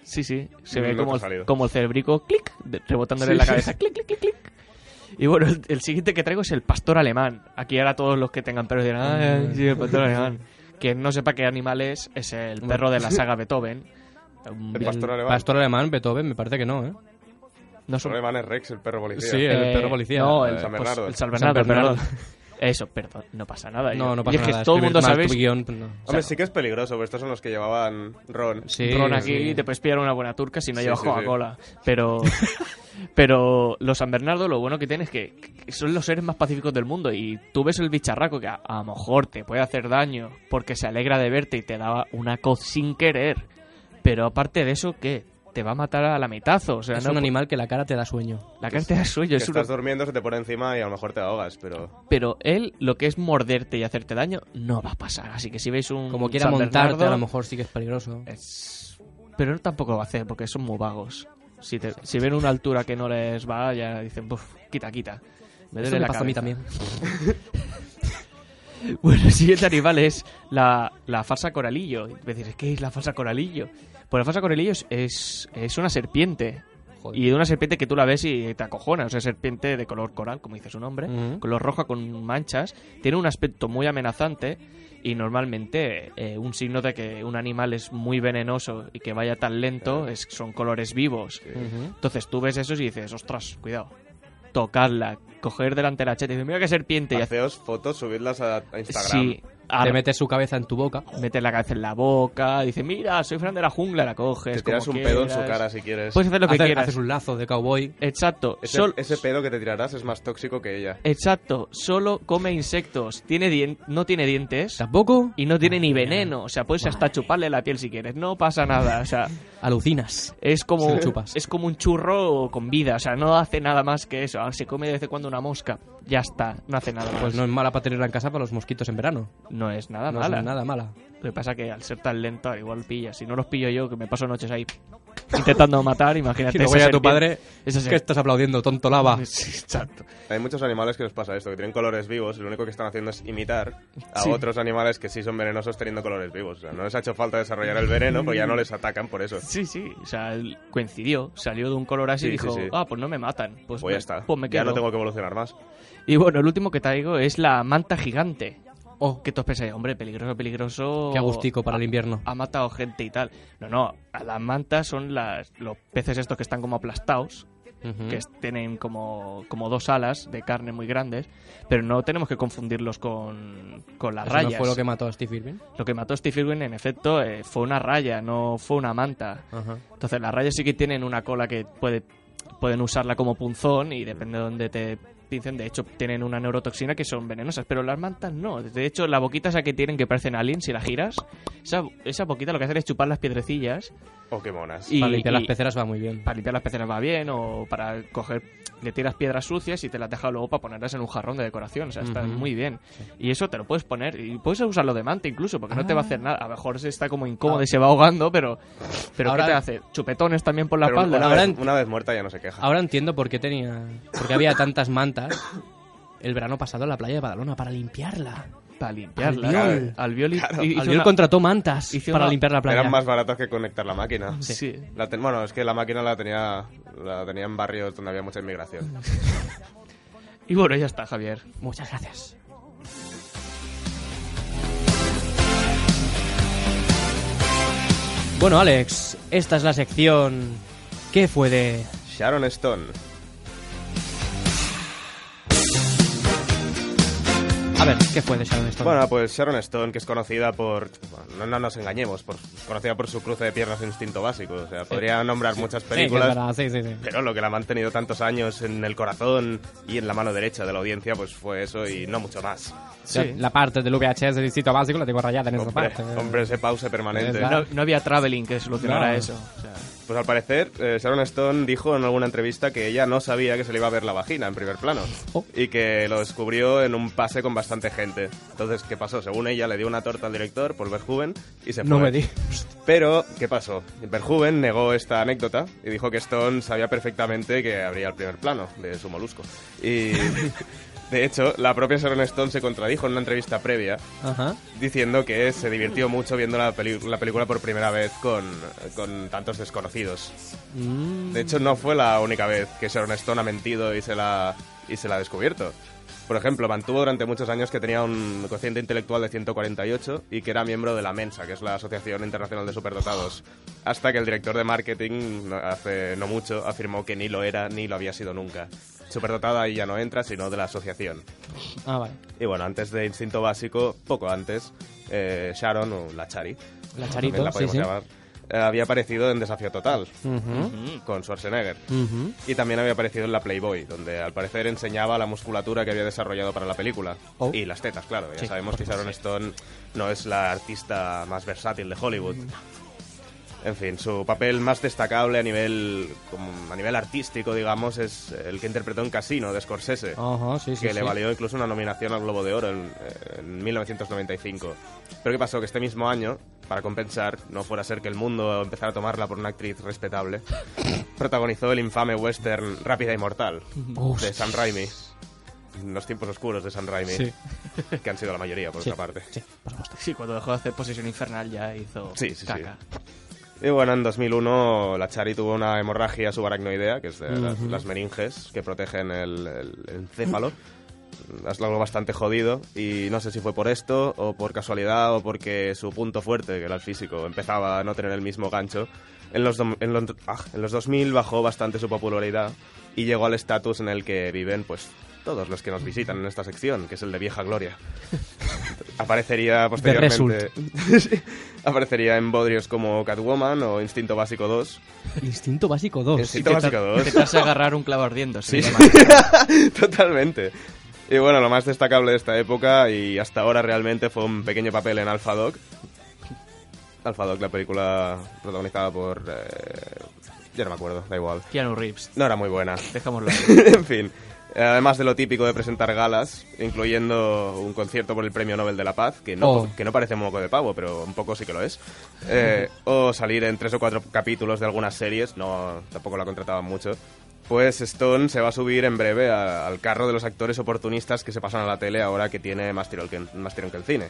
Speaker 2: Sí, sí. Se
Speaker 3: No
Speaker 2: ve
Speaker 3: te
Speaker 2: como,
Speaker 3: ha
Speaker 2: el,
Speaker 3: salido.
Speaker 2: como el cerebrico, clic, de- rebotándole en la cabeza, clic, clic, clic, clic. Y bueno, el, el siguiente que traigo es el pastor alemán. Aquí ahora todos los que tengan perros dirán,
Speaker 3: Mm.
Speaker 2: "Ay, sí, el pastor alemán. Quien no sepa qué animal es, es el perro de la saga Beethoven. Un-
Speaker 3: El pastor alemán.
Speaker 1: Pastor alemán, Beethoven, me parece que no, ¿eh?
Speaker 2: no
Speaker 3: El pastor alemán es Rex, el perro policía.
Speaker 1: Sí, el perro policía.
Speaker 2: No,
Speaker 3: El
Speaker 2: el
Speaker 3: San
Speaker 2: pues,
Speaker 3: Bernardo.
Speaker 2: el San
Speaker 1: San
Speaker 2: Bernardo,
Speaker 1: Bernardo.
Speaker 2: perdón. Eso, perdón, no pasa nada.
Speaker 1: No,
Speaker 2: yo-
Speaker 1: no
Speaker 2: y
Speaker 1: pasa
Speaker 2: es
Speaker 1: nada.
Speaker 2: que todo el
Speaker 1: escribir
Speaker 2: mundo
Speaker 1: mal
Speaker 2: sabe.
Speaker 1: tu guión, no.
Speaker 3: Hombre, sí que es peligroso, pero estos son los que llevaban Ron.
Speaker 1: Sí,
Speaker 2: Ron aquí
Speaker 1: sí.
Speaker 2: te puedes pillar una buena turca si no
Speaker 3: Sí,
Speaker 2: llevas
Speaker 3: sí, sí.
Speaker 2: Coca-Cola. Pero, pero los San Bernardo lo bueno que tienen es que que son los seres más pacíficos del mundo y tú ves el bicharraco que a, a lo mejor te puede hacer daño porque se alegra de verte y te da una coz sin querer. Pero aparte de eso, ¿qué? Te va a matar a la mitad. O sea,
Speaker 1: Es
Speaker 2: no
Speaker 1: un
Speaker 2: pu-
Speaker 1: animal que la cara te da sueño.
Speaker 2: La carta de sueño
Speaker 3: Que
Speaker 2: es una
Speaker 3: estás durmiendo, se te pone encima y a lo mejor te ahogas, pero...
Speaker 2: pero él lo que es morderte y hacerte daño no va a pasar. Así que si veis un
Speaker 1: Como quiera
Speaker 2: Mm, San
Speaker 1: montarte,
Speaker 2: Bernardo, Eh,
Speaker 1: a lo mejor sí que es peligroso.
Speaker 2: es- pero él tampoco lo va a hacer porque son muy vagos. Si, te- si ven una altura que no les va, ya dicen, "Buf, quita, quita. Me
Speaker 1: Eso
Speaker 2: duele
Speaker 1: me
Speaker 2: la
Speaker 1: pasa a mí
Speaker 2: cabeza.
Speaker 1: también.
Speaker 2: Bueno, el siguiente animal es la, la farsa coralillo. Y Me diréis, ¿qué es la farsa coralillo? Pues la farsa coralillo es, es, es una serpiente.
Speaker 1: Joder.
Speaker 2: Y de una serpiente que tú la ves y te acojonas. O sea, serpiente de color coral, como dice su nombre.
Speaker 1: Ujú.
Speaker 2: Color roja con manchas. Tiene un aspecto muy amenazante. Y normalmente eh, un signo de que un animal es muy venenoso y que vaya tan lento es, son colores vivos.
Speaker 1: Ujú.
Speaker 2: Entonces tú ves eso y dices, ostras, cuidado. tocarla, coger delante la cheta y decir, mira qué serpiente. Y hacer
Speaker 3: Haceos fotos, subidlas a, a Instagram.
Speaker 2: sí, ar-
Speaker 1: Te metes su cabeza en tu boca.
Speaker 2: meter la cabeza en la boca, dice, mira, soy Fran de la jungla, la coges.
Speaker 3: Te tiras un
Speaker 2: como
Speaker 3: pedo en su
Speaker 2: quieras.
Speaker 3: cara si quieres.
Speaker 2: Puedes hacer lo que
Speaker 1: Haces-
Speaker 2: quieras.
Speaker 1: haces un lazo de cowboy.
Speaker 2: Exacto.
Speaker 3: ese,
Speaker 2: sol-
Speaker 3: ese pedo que te tirarás es más tóxico que ella.
Speaker 2: Exacto. Solo come insectos. Tiene dien- no tiene dientes.
Speaker 1: Tampoco. Ah,
Speaker 2: Y no tiene ni veneno. O sea, puedes hasta chuparle la piel si quieres. No pasa nada. O sea,
Speaker 1: Alucinas.
Speaker 2: es como,
Speaker 1: Se lo chupas.
Speaker 2: es como un churro con vida. O sea, no hace nada más que eso. Ah, Se come de vez en cuando una mosca. Ya está. No hace nada más.
Speaker 1: Pues no es mala para tenerla en casa para los mosquitos en verano.
Speaker 2: No es nada
Speaker 1: no
Speaker 2: Ah, mala.
Speaker 1: es nada mala.
Speaker 2: Lo que pasa que al ser tan lenta igual pilla. Si no los pillo yo, que me paso noches ahí intentando matar, imagínate.
Speaker 1: Y luego
Speaker 2: esa
Speaker 1: ya tu
Speaker 2: serpiente-
Speaker 1: padre.
Speaker 2: esa
Speaker 1: Es que estás aplaudiendo, tonto lava.
Speaker 2: Sí, Exacto.
Speaker 3: Hay muchos animales que les pasa esto, que tienen colores vivos y lo único que están haciendo es imitar a
Speaker 2: Sí.
Speaker 3: otros animales que sí son venenosos teniendo colores vivos. O sea, no les ha hecho falta desarrollar el veneno, pues ya no les atacan por eso.
Speaker 2: Sí, sí. O sea, él coincidió. Salió de un color así
Speaker 3: Sí,
Speaker 2: y dijo,
Speaker 3: sí, sí.
Speaker 2: ah, pues no me matan. Pues,
Speaker 3: Pues
Speaker 2: me-
Speaker 3: ya está.
Speaker 2: Pues me
Speaker 3: ya
Speaker 2: quedo.
Speaker 3: no tengo que evolucionar más.
Speaker 2: Y bueno, el último que traigo es la manta gigante.
Speaker 1: Oh,
Speaker 2: Que todos pensáis, hombre, peligroso, peligroso.
Speaker 1: qué agustico para
Speaker 2: Ha-
Speaker 1: el invierno.
Speaker 2: Ha matado gente y tal. No, no. a Las mantas son las, los peces estos que están como aplastados.
Speaker 1: Ujú.
Speaker 3: Mm.
Speaker 2: que es- tienen como, como dos alas de carne muy grandes, pero no tenemos que confundirlos con, con las
Speaker 1: Eso
Speaker 2: rayas.
Speaker 1: no fue lo que mató a Steve Irwin.
Speaker 2: Lo que mató a Steve Irwin, en efecto, eh, fue una raya, no fue una manta. Entonces, las rayas sí que tienen una cola que puede, pueden usarla como punzón y depende de dónde te pincen. De hecho, tienen una neurotoxina que son venenosas, pero las mantas no. De hecho, la boquita esa que tienen que parecen aliens, si la giras, esa, esa boquita lo que hace es chupar las piedrecillas
Speaker 3: Oh, qué monas.
Speaker 2: y,
Speaker 1: para limpiar las
Speaker 2: y-
Speaker 1: peceras va muy bien.
Speaker 2: para limpiar las peceras va bien o para coger le tiras piedras sucias y te las deja luego para ponerlas en un jarrón de decoración o sea está
Speaker 1: Ujú.
Speaker 2: muy bien y eso te lo puedes poner y puedes usarlo de manta incluso porque no te va a hacer nada a lo mejor se está como incómodo y se va ahogando pero pero
Speaker 1: Ahora-
Speaker 2: qué te hace chupetones también por la
Speaker 3: Pero
Speaker 2: espalda
Speaker 3: una,
Speaker 1: ahora
Speaker 3: vez,
Speaker 1: ent-
Speaker 3: una vez muerta ya no se queja.
Speaker 1: Ahora entiendo por qué tenía. Porque había tantas mantas el verano pasado en la playa de Badalona para limpiarla.
Speaker 2: para limpiarla
Speaker 3: Albiol.
Speaker 2: Albiol y-
Speaker 3: Claro,
Speaker 2: y- hizo
Speaker 1: Albiol
Speaker 2: una-
Speaker 1: contrató mantas
Speaker 2: hizo
Speaker 1: para
Speaker 2: una-
Speaker 1: limpiar la playa.
Speaker 3: Eran más baratas que conectar la máquina.
Speaker 2: sí.
Speaker 3: La ten- bueno, es que la máquina la tenía, la tenía en barrios donde había mucha inmigración.
Speaker 2: y bueno ya está Javier
Speaker 1: Muchas gracias. Bueno, Alex, esta es la sección. ¿Qué fue de.?
Speaker 3: Sharon Stone.
Speaker 1: A ver, ¿qué fue de Sharon Stone?
Speaker 3: Bueno, pues Sharon Stone, que es conocida por... bueno, no, no nos engañemos, por, conocida por su cruce de piernas e instinto básico. O sea, podría nombrar muchas
Speaker 1: Sí, que es
Speaker 3: películas.
Speaker 1: verdad, sí, sí, sí.
Speaker 3: Pero lo que la ha mantenido tantos años en el corazón y en la mano derecha de la audiencia, pues fue eso y no mucho más.
Speaker 2: Sí.
Speaker 1: La parte del VHS del sitio básico la tengo rayada en esa
Speaker 3: Hombre,
Speaker 1: parte.
Speaker 3: hombre, ese pause permanente.
Speaker 1: Es
Speaker 2: no, no había traveling que solucionara
Speaker 1: No.
Speaker 2: eso o sea,
Speaker 3: Pues al parecer, eh, Sharon Stone dijo en alguna entrevista que ella no sabía que se le iba a ver la vagina en primer plano.
Speaker 1: Oh.
Speaker 3: Y que lo descubrió en un pase con bastante gente. Entonces, ¿qué pasó? Según ella, le dio una torta al director por Verhoeven y se fue.
Speaker 1: No me di.
Speaker 3: Pero, ¿qué pasó? Verhoeven negó esta anécdota y dijo que Stone sabía perfectamente que habría el primer plano de su molusco. Y, de hecho, la propia Sharon Stone se contradijo en una entrevista previa
Speaker 1: Ajá.
Speaker 3: diciendo que se divirtió mucho viendo la, peli- la película por primera vez con, con tantos desconocidos. De hecho, no fue la única vez que Sharon Stone ha mentido y se la, y se la ha descubierto. Por ejemplo, mantuvo durante muchos años que tenía un cociente intelectual de 148 y que era miembro de la Mensa, que es la Asociación Internacional de Superdotados, hasta que el director de marketing, no- hace no mucho, afirmó que ni lo era ni lo había sido nunca. Superdotada ahí ya no entra, sino de la asociación.
Speaker 1: Ah, vale.
Speaker 3: Y bueno, antes de Instinto Básico, poco antes, eh, Sharon o la Chari,
Speaker 1: La
Speaker 3: también
Speaker 1: Charito,
Speaker 3: la
Speaker 1: sí,
Speaker 3: podemos
Speaker 1: sí.
Speaker 3: llamar, eh, había aparecido en Desafío Total
Speaker 1: Ujú.
Speaker 3: con Schwarzenegger.
Speaker 1: Ujú.
Speaker 3: Y también había aparecido en la Playboy, donde al parecer enseñaba la musculatura que había desarrollado para la película.
Speaker 1: Oh.
Speaker 3: Y las tetas, claro. Ya
Speaker 1: Sí,
Speaker 3: sabemos que Sharon Stone no es la artista más versátil de Hollywood. En fin, su papel más destacable a nivel, como a nivel artístico, digamos, es el que interpretó en Casino de Scorsese
Speaker 1: Ajá, sí, sí.
Speaker 3: que le
Speaker 1: sí.
Speaker 3: valió incluso una nominación al Globo de Oro en, en 1995. Pero ¿qué pasó? Que este mismo año, para compensar, no fuera a ser que el mundo empezara a tomarla por una actriz respetable, protagonizó el infame western Rápida y Mortal de Sam Raimi. Los tiempos oscuros de Sam Raimi,
Speaker 1: Sí.
Speaker 3: que han sido la mayoría, por
Speaker 1: Sí.
Speaker 3: otra parte.
Speaker 1: Sí, por supuesto.
Speaker 2: sí cuando dejó de hacer posesión infernal ya hizo
Speaker 3: Sí, sí, sí.
Speaker 2: caca
Speaker 3: Y bueno, en 2001 la Chari tuvo una hemorragia subaracnoidea, que es de las, las meninges que protegen el, el encéfalo. Es algo bastante jodido y no sé si fue por esto o por casualidad o porque su punto fuerte, que era el físico, empezaba a no tener el mismo gancho. En los, dom- en los, ah, en los 2000 bajó bastante su popularidad y llegó al estatus en el que viven pues todos los que nos visitan en esta sección, que es el de vieja gloria. Aparecería posteriormente Sí. aparecería en bodrios como Catwoman o Instinto Básico 2.
Speaker 1: Instinto básico 2.
Speaker 3: Instinto Básico 2.
Speaker 2: Intentarse agarrar un clavo ardiendo. Sí.
Speaker 3: Totalmente. Y bueno, lo más destacable de esta época y hasta ahora realmente fue un pequeño papel en Alpha Dog. Alpha Dog, la película protagonizada por... eh, ya no me acuerdo, da igual.
Speaker 2: Keanu Reeves.
Speaker 3: No era muy buena.
Speaker 2: Dejémoslo.
Speaker 3: en fin. Además de lo típico de presentar galas, incluyendo un concierto por el Premio Nobel de la Paz, que no,
Speaker 1: Oh.
Speaker 3: que no parece moco de pavo, pero un poco sí que lo es. Eh, o salir en tres o cuatro capítulos de algunas series, no tampoco la contrataban mucho. Pues Stone se va a subir en breve a- al carro de los actores oportunistas que se pasan a la tele ahora que tiene más tirón que, más tirón que el cine.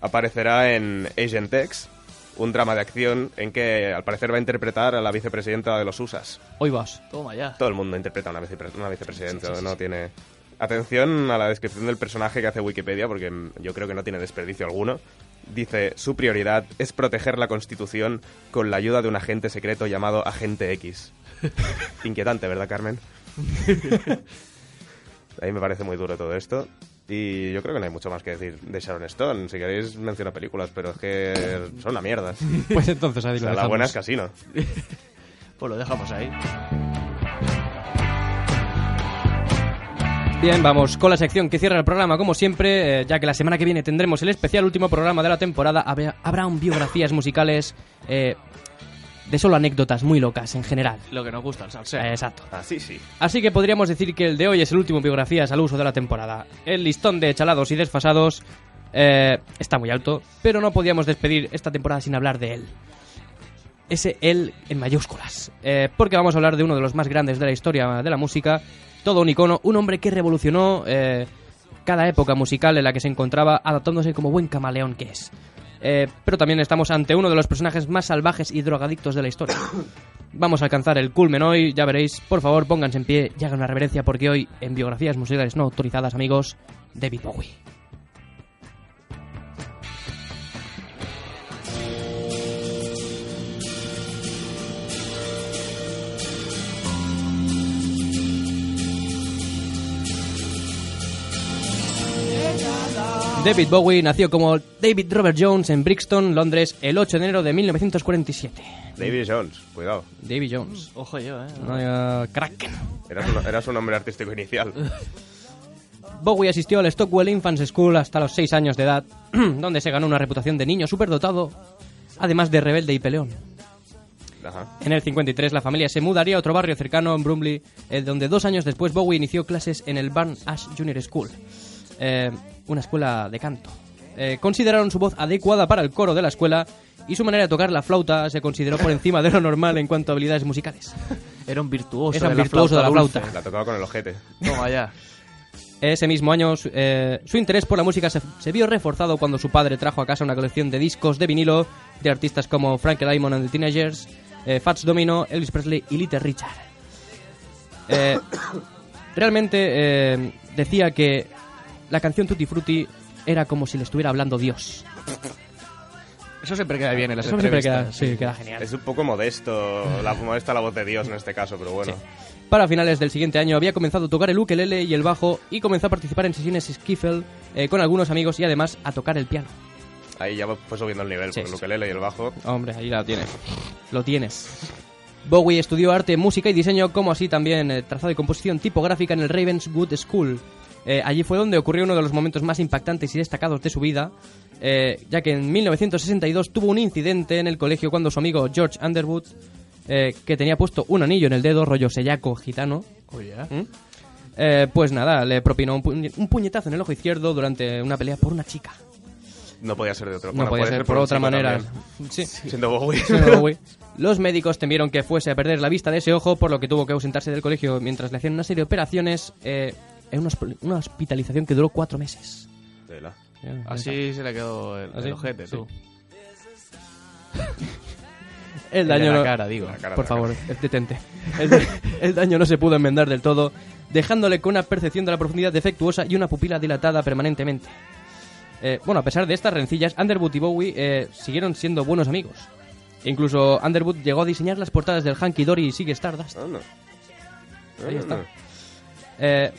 Speaker 3: Aparecerá en Agent X, un drama de acción en que al parecer va a interpretar a la vicepresidenta de los USAS.
Speaker 1: Hoy vas.
Speaker 2: Toma ya.
Speaker 3: Todo el mundo interpreta a una, vicepre- una vicepresidenta, no tiene... Atención a la descripción del personaje que hace Wikipedia, porque mm, yo creo que no tiene desperdicio alguno. Dice, su prioridad es proteger la Constitución con la ayuda de un agente secreto llamado Agente X. Inquietante, ¿verdad, Carmen? A mí me parece muy duro todo esto. Y yo creo que no hay mucho más que decir de Sharon Stone. Si queréis, menciono películas, pero es que son una mierda. O
Speaker 1: Pues entonces ahí lo
Speaker 3: sea, la
Speaker 1: dejamos.
Speaker 3: buena es Casino.
Speaker 2: Pues lo dejamos ahí.
Speaker 1: Bien, vamos con la sección que cierra el programa, como siempre, eh, ya que la semana que viene tendremos el especial último programa de la temporada. Habrá, habrá un biografías musicales eh, de solo anécdotas muy locas en general.
Speaker 2: Lo que nos gusta, el salseo.
Speaker 1: Eh, Exacto.
Speaker 3: Así Ah, sí.
Speaker 1: Así que podríamos decir que el de hoy es el último biografías al uso de la temporada. El listón de chalados y desfasados eh, está muy alto, pero no podíamos despedir esta temporada sin hablar de él. Ese él en mayúsculas. Eh, porque vamos a hablar de uno de los más grandes de la historia de la música, todo un icono, un hombre que revolucionó eh, cada época musical en la que se encontraba, adaptándose como buen camaleón que es. Eh, pero también estamos ante uno de los personajes más salvajes y drogadictos de la historia. Vamos a alcanzar el culmen hoy, ya veréis. Por favor, pónganse en pie y hagan una reverencia porque hoy, en biografías musicales no autorizadas, amigos, David Bowie. David Bowie nació como David Robert Jones en Brixton, Londres, el 8 de enero de 1947.
Speaker 3: David Jones, cuidado.
Speaker 1: David Jones.
Speaker 2: Ojo yo, eh.
Speaker 1: No, eh, crack.
Speaker 3: Era su, era su nombre artístico inicial.
Speaker 1: Bowie asistió al Stockwell Infants School hasta los 6 años de edad, donde se ganó una reputación de niño superdotado, además de rebelde y peleón.
Speaker 3: Ajá.
Speaker 1: En el 53 la familia se mudaría a otro barrio cercano en Brumley, eh, donde dos años después Bowie inició clases en el Barn Ash Junior School, eh, una escuela de canto. Eh, consideraron su voz adecuada para el coro de la escuela y su manera de tocar la flauta se consideró por encima de lo normal en cuanto a habilidades musicales.
Speaker 2: Era un virtuoso.
Speaker 1: Mm. Era un
Speaker 2: de la
Speaker 1: virtuoso de la
Speaker 2: dulce.
Speaker 1: flauta.
Speaker 3: La tocaba con el ojete.
Speaker 2: Toma ya.
Speaker 1: Ese mismo año, su, eh, su interés por la música se, se vio reforzado cuando su padre trajo a casa una colección de discos de vinilo de artistas como Frank Diamond and the Teenagers, eh, Fats Domino, Elvis Presley y Little Richard. Eh, realmente eh, decía que la canción Tutti Frutti era como si le estuviera hablando Dios.
Speaker 2: Eso siempre queda bien en las
Speaker 1: Eso siempre
Speaker 2: entrevistas.
Speaker 1: queda, sí, queda genial.
Speaker 3: Es un poco modesto, la, modesta la voz de Dios en este caso, pero bueno.
Speaker 1: Para finales del siguiente año había comenzado a tocar el ukelele y el bajo y comenzó a participar en sesiones skiffle eh, con algunos amigos y además a tocar el piano.
Speaker 3: Ahí ya fue subiendo el nivel,
Speaker 1: Sí,
Speaker 3: porque
Speaker 1: sí.
Speaker 3: el ukelele y el bajo.
Speaker 1: Hombre, ahí la tienes. Lo tienes. Bowie estudió arte, música y diseño, como así también eh, trazado y composición tipográfica en el Ravenswood School. Eh, allí fue donde ocurrió uno de los momentos más impactantes y destacados de su vida, eh, ya que en 1962 tuvo un incidente en el colegio cuando su amigo George Underwood, eh, que tenía puesto un anillo en el dedo, rollo sellaco gitano,
Speaker 3: Oh,
Speaker 2: Oye, ¿eh?
Speaker 1: ¿Mm? eh, pues nada, le propinó un, puñe- un puñetazo en el ojo izquierdo durante una pelea por una chica.
Speaker 3: No podía ser de otro.
Speaker 1: No
Speaker 3: bueno,
Speaker 1: podía
Speaker 3: puede
Speaker 1: ser,
Speaker 3: ser
Speaker 1: por
Speaker 3: un
Speaker 1: otra
Speaker 3: chico
Speaker 1: manera.
Speaker 3: también.
Speaker 1: Sí.
Speaker 3: Siendo Bowie.
Speaker 1: Pero, güey, Los médicos temieron que fuese a perder la vista de ese ojo, por lo que tuvo que ausentarse del colegio mientras le hacían una serie de operaciones eh, en una, hosp- una hospitalización que duró cuatro meses. Eh,
Speaker 3: Tela.
Speaker 2: Así se le quedó el,
Speaker 1: Así,
Speaker 2: el ojete,
Speaker 1: sí.
Speaker 2: tú.
Speaker 1: El
Speaker 2: De
Speaker 1: daño
Speaker 2: la
Speaker 1: no-
Speaker 2: cara, digo.
Speaker 3: La cara,
Speaker 1: Por
Speaker 3: la
Speaker 1: favor, detente. El, da- el daño no se pudo enmendar del todo, dejándole con una percepción de la profundidad defectuosa y una pupila dilatada permanentemente. Eh, bueno, a pesar de estas rencillas, Underwood y Bowie eh, siguieron siendo buenos amigos. Incluso Underwood llegó a diseñar las portadas del Hanky Dory y Sigue Stardust.
Speaker 3: Ah, no.
Speaker 1: Ahí está. Eh,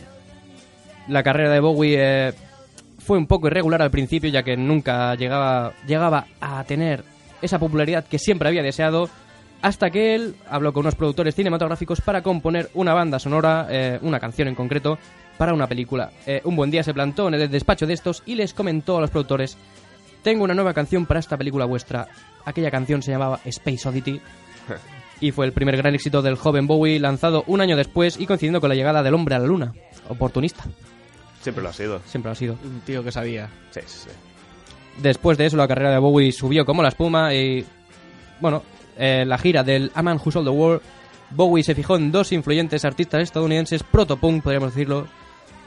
Speaker 1: la carrera de Bowie eh, fue un poco irregular al principio, ya que nunca llegaba, llegaba a tener esa popularidad que siempre había deseado, hasta que él habló con unos productores cinematográficos para componer una banda sonora, eh, una canción en concreto, para una película. Eh, un buen día se plantó en el despacho de estos y les comentó a los productores, tengo una nueva canción para esta película vuestra. Aquella canción se llamaba Space Oddity y fue el primer gran éxito del joven Bowie lanzado un año después y coincidiendo con la llegada del hombre a la luna. Oportunista,
Speaker 3: Siempre lo ha sido.
Speaker 1: siempre lo ha sido.
Speaker 2: Un tío que sabía.
Speaker 3: Sí, sí, sí.
Speaker 1: Después de eso, la carrera de Bowie subió como la espuma y. Bueno, eh, la gira del A Man Who Sold the World, Bowie se fijó en dos influyentes artistas estadounidenses, protopunk, podríamos decirlo,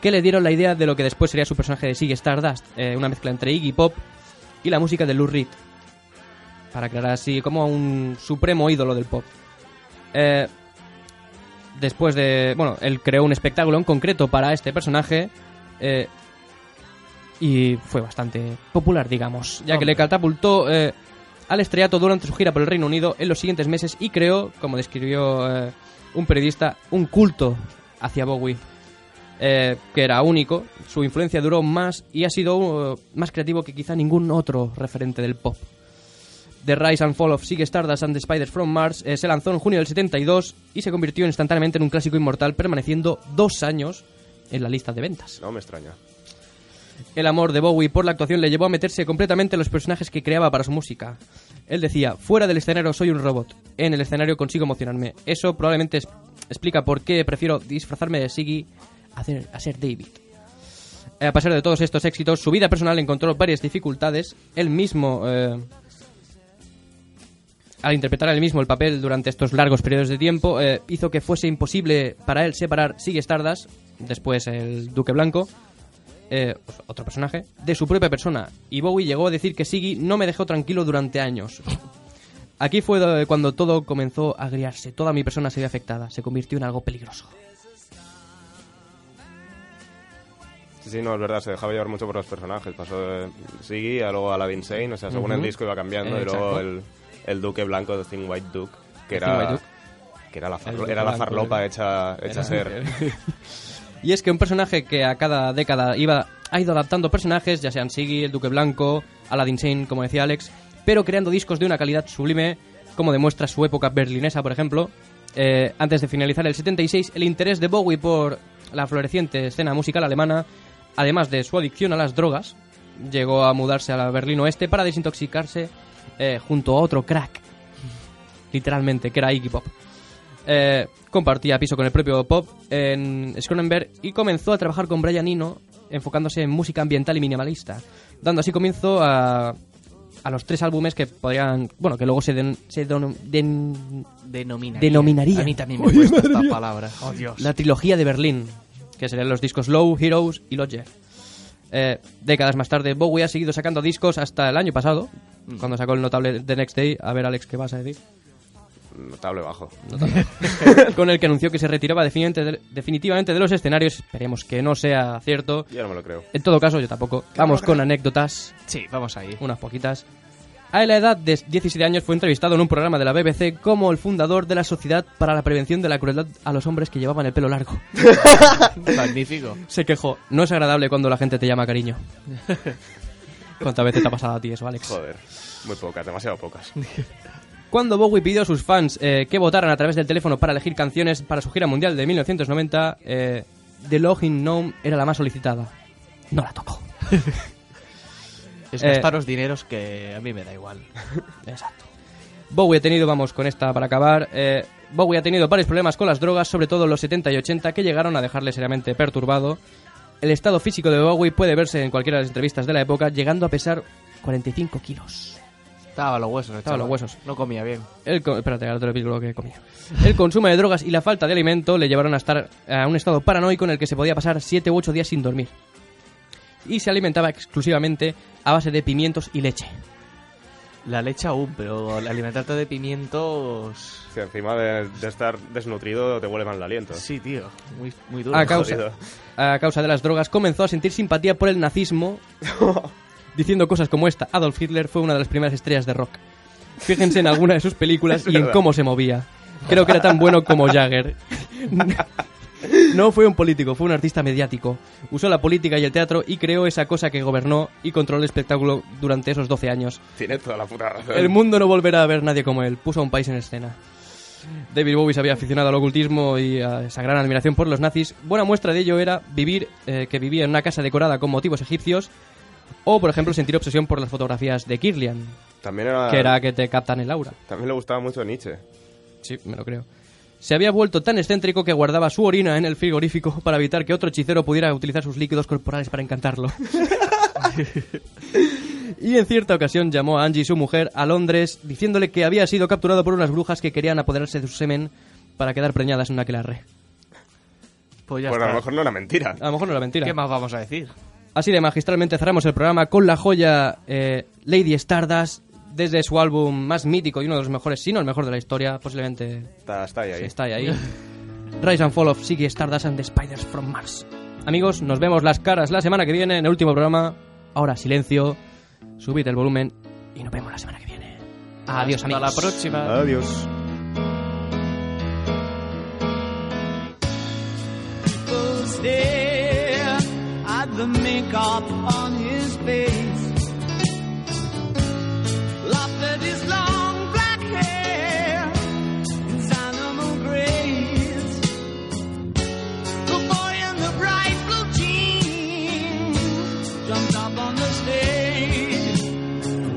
Speaker 1: que le dieron la idea de lo que después sería su personaje de Sig Stardust, eh, una mezcla entre Iggy Pop y la música de Lou Reed, para crear así como a un supremo ídolo del pop. Eh, después de. Bueno, él creó un espectáculo en concreto para este personaje. eh, y fue bastante popular, digamos, ya que le catapultó eh, al estrellato durante su gira por el Reino Unido en los siguientes meses y creó, como describió eh, un periodista, un culto hacia Bowie, eh, que era único. Su influencia duró más y ha sido eh, más creativo que quizá ningún otro referente del pop. The Rise and Fall of Sig Stardust and the Spiders from Mars eh, se lanzó en junio del 72 y se convirtió instantáneamente en un clásico inmortal, permaneciendo dos años en la lista de ventas.
Speaker 3: No me extraña.
Speaker 1: El amor de Bowie por la actuación le llevó a meterse completamente en los personajes que creaba para su música. Él decía, fuera del escenario soy un robot, en el escenario consigo emocionarme. Eso probablemente es- explica por qué prefiero disfrazarme de Siggy a, ser- a ser David. Eh, A pesar de todos estos éxitos, su vida personal encontró varias dificultades. Él mismo... eh, al interpretar él mismo el papel durante estos largos periodos de tiempo, eh, hizo que fuese imposible para él separar Sigue Stardust, después el Duque Blanco, eh, otro personaje, de su propia persona. Y Bowie llegó a decir que Siggy no me dejó tranquilo durante años. Aquí fue do- cuando todo comenzó a agriarse, toda mi persona se vio afectada, se convirtió en algo peligroso.
Speaker 3: Sí, sí, no, es verdad, se dejaba llevar mucho por los personajes. Pasó de Siggy a luego Aladdin Sane, o sea, según el
Speaker 1: Ujú.
Speaker 3: disco iba cambiando.
Speaker 1: Eh,
Speaker 3: y luego
Speaker 1: exacto.
Speaker 3: el, el duque blanco de Thin White Duke, que
Speaker 1: The Thin White
Speaker 3: era,
Speaker 1: Duke.
Speaker 3: que era la, farlo-
Speaker 1: duque
Speaker 3: era la
Speaker 1: blanco,
Speaker 3: farlopa
Speaker 1: eh.
Speaker 3: hecha, hecha ser.
Speaker 1: Y es que un personaje que a cada década iba, ha ido adaptando personajes, ya sean Siggy, el Duque Blanco, Aladdin Sane, como decía Alex, pero creando discos de una calidad sublime, como demuestra su época berlinesa, por ejemplo. Eh, antes de finalizar el 76, el interés de Bowie por la floreciente escena musical alemana, además de su adicción a las drogas, llegó a mudarse a la Berlín Oeste para desintoxicarse eh, junto a otro crack, literalmente, que era Iggy Pop. Eh, compartía piso con el propio Pop en Schonenberg y comenzó a trabajar con Brian Eno enfocándose en música ambiental y minimalista, dando así comienzo a, a los tres álbumes que podrían, bueno, que luego se, den- se don- den-
Speaker 2: Denominaría.
Speaker 1: Denominaría.
Speaker 2: A mí también me cuesta esta palabra. Oh, Dios.
Speaker 1: la trilogía de Berlín, que serían los discos Low, Heroes y Lodger. Eh, décadas más tarde, Bowie ha seguido sacando discos hasta el año pasado,
Speaker 2: Mm.
Speaker 1: cuando sacó el notable The Next Day. A ver, Alex, ¿qué vas a decir?
Speaker 3: Notable bajo.
Speaker 1: con el que anunció que se retiraba definitivamente de, definitivamente de los escenarios. Esperemos que no sea cierto.
Speaker 3: Yo no me lo creo.
Speaker 1: En todo caso, yo tampoco. Vamos con anécdotas,
Speaker 2: Sí, vamos ahí.
Speaker 1: unas poquitas. A la edad de 17 años fue entrevistado en un programa de la BBC como el fundador de la Sociedad para la Prevención de la Crueldad a los Hombres que llevaban el pelo largo.
Speaker 2: Magnífico.
Speaker 1: Se quejó. No es agradable cuando la gente te llama cariño. ¿Cuántas veces te ha pasado a ti eso, Alex?
Speaker 3: Joder, muy pocas, demasiado pocas.
Speaker 1: Cuando Bowie pidió a sus fans eh, que votaran a través del teléfono para elegir canciones para su gira mundial de 1990, eh, The Login Gnome era la más solicitada. No la tocó.
Speaker 2: Es
Speaker 1: Eh,
Speaker 2: gastaros dineros que a mí me da igual.
Speaker 1: Exacto. Bowie ha tenido, vamos con esta para acabar, eh, Bowie ha tenido varios problemas con las drogas, sobre todo en los 70 y 80, que llegaron a dejarle seriamente perturbado. El estado físico de Bowie puede verse en cualquiera de las entrevistas de la época, llegando a pesar 45 kilos.
Speaker 2: Estaba a los huesos,
Speaker 1: Estaba a los
Speaker 2: chaval.
Speaker 1: huesos.
Speaker 2: No comía bien.
Speaker 1: El, co- espérate, ahora te lo explico lo que comía. El consumo de drogas y la falta de alimento le llevaron a estar a un estado paranoico en el que se podía pasar 7 u 8 días sin dormir. Y se alimentaba exclusivamente a base de pimientos y leche.
Speaker 2: La leche aún, pero al alimentarte de pimientos.
Speaker 3: Si encima de, de estar desnutrido te huele mal el aliento.
Speaker 2: Sí, tío. Muy, muy duro.
Speaker 1: A causa,
Speaker 3: jodido.
Speaker 1: a causa de las drogas comenzó a sentir simpatía por el nazismo, diciendo cosas como esta. Adolf Hitler fue una de las primeras estrellas de rock. Fíjense en alguna de sus películas y en cómo se movía. Creo que era tan bueno como Jagger. No fue un político, fue un artista mediático. Usó la política y el teatro y creó esa cosa que gobernó y controló el espectáculo durante esos 12 años.
Speaker 3: Tiene toda la puta razón.
Speaker 1: El mundo no volverá a ver nadie como él. Puso a un país en escena. David Bowie se había aficionado al ocultismo y a esa gran admiración por los nazis. Buena muestra de ello era vivir, eh, que vivía en una casa decorada con motivos egipcios o, por ejemplo, sentir obsesión por las fotografías de Kirlian,
Speaker 3: También era,
Speaker 1: que era que te captan el aura.
Speaker 3: También le gustaba mucho Nietzsche.
Speaker 1: Sí, me lo creo. Se había vuelto tan excéntrico que guardaba su orina en el frigorífico para evitar que otro hechicero pudiera utilizar sus líquidos corporales para encantarlo. y en cierta ocasión llamó a Angie, su mujer, a Londres diciéndole que había sido capturado por unas brujas que querían apoderarse de su semen para quedar preñadas en una aquelarre.
Speaker 2: Pues ya
Speaker 3: Bueno, a
Speaker 2: está.
Speaker 3: lo mejor no era mentira.
Speaker 1: A lo mejor no era mentira.
Speaker 2: ¿Qué más vamos a decir?
Speaker 1: Así de magistralmente cerramos el programa con la joya eh, Lady Stardust desde su álbum más mítico y uno de los mejores, si no el mejor de la historia, posiblemente
Speaker 3: Está, está ahí. ahí.
Speaker 1: Está ahí, ahí. Rise and Fall of Ziggy Stardust and the Spiders from Mars. Amigos, nos vemos las caras la semana que viene en el último programa. Ahora silencio, subid el volumen y nos vemos la semana que viene. Adiós,
Speaker 2: Hasta
Speaker 1: amigos.
Speaker 2: la próxima.
Speaker 3: Adiós.
Speaker 7: people stare at the makeup on his face. Laughed at his long black hair, his animal grace. The boy in the bright blue jeans jumped up on the stage.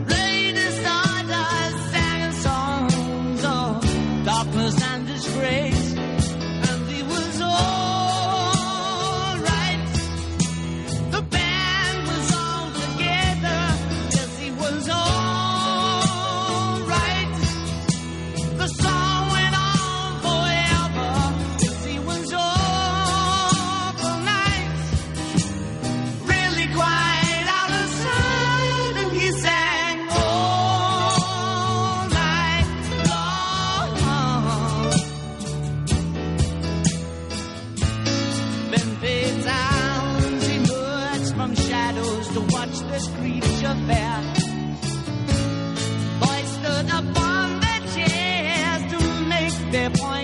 Speaker 7: Played his stardust, sang songs of darkness and disgrace. And it was all right. The band was all together. Yes, it was all right. The song went on forever. Yes, it was all night. Really quite out of sight. And he sang all night long. Bente towns emerged from shadows to watch this creature fair. Boys stood upon their chairs to make their point.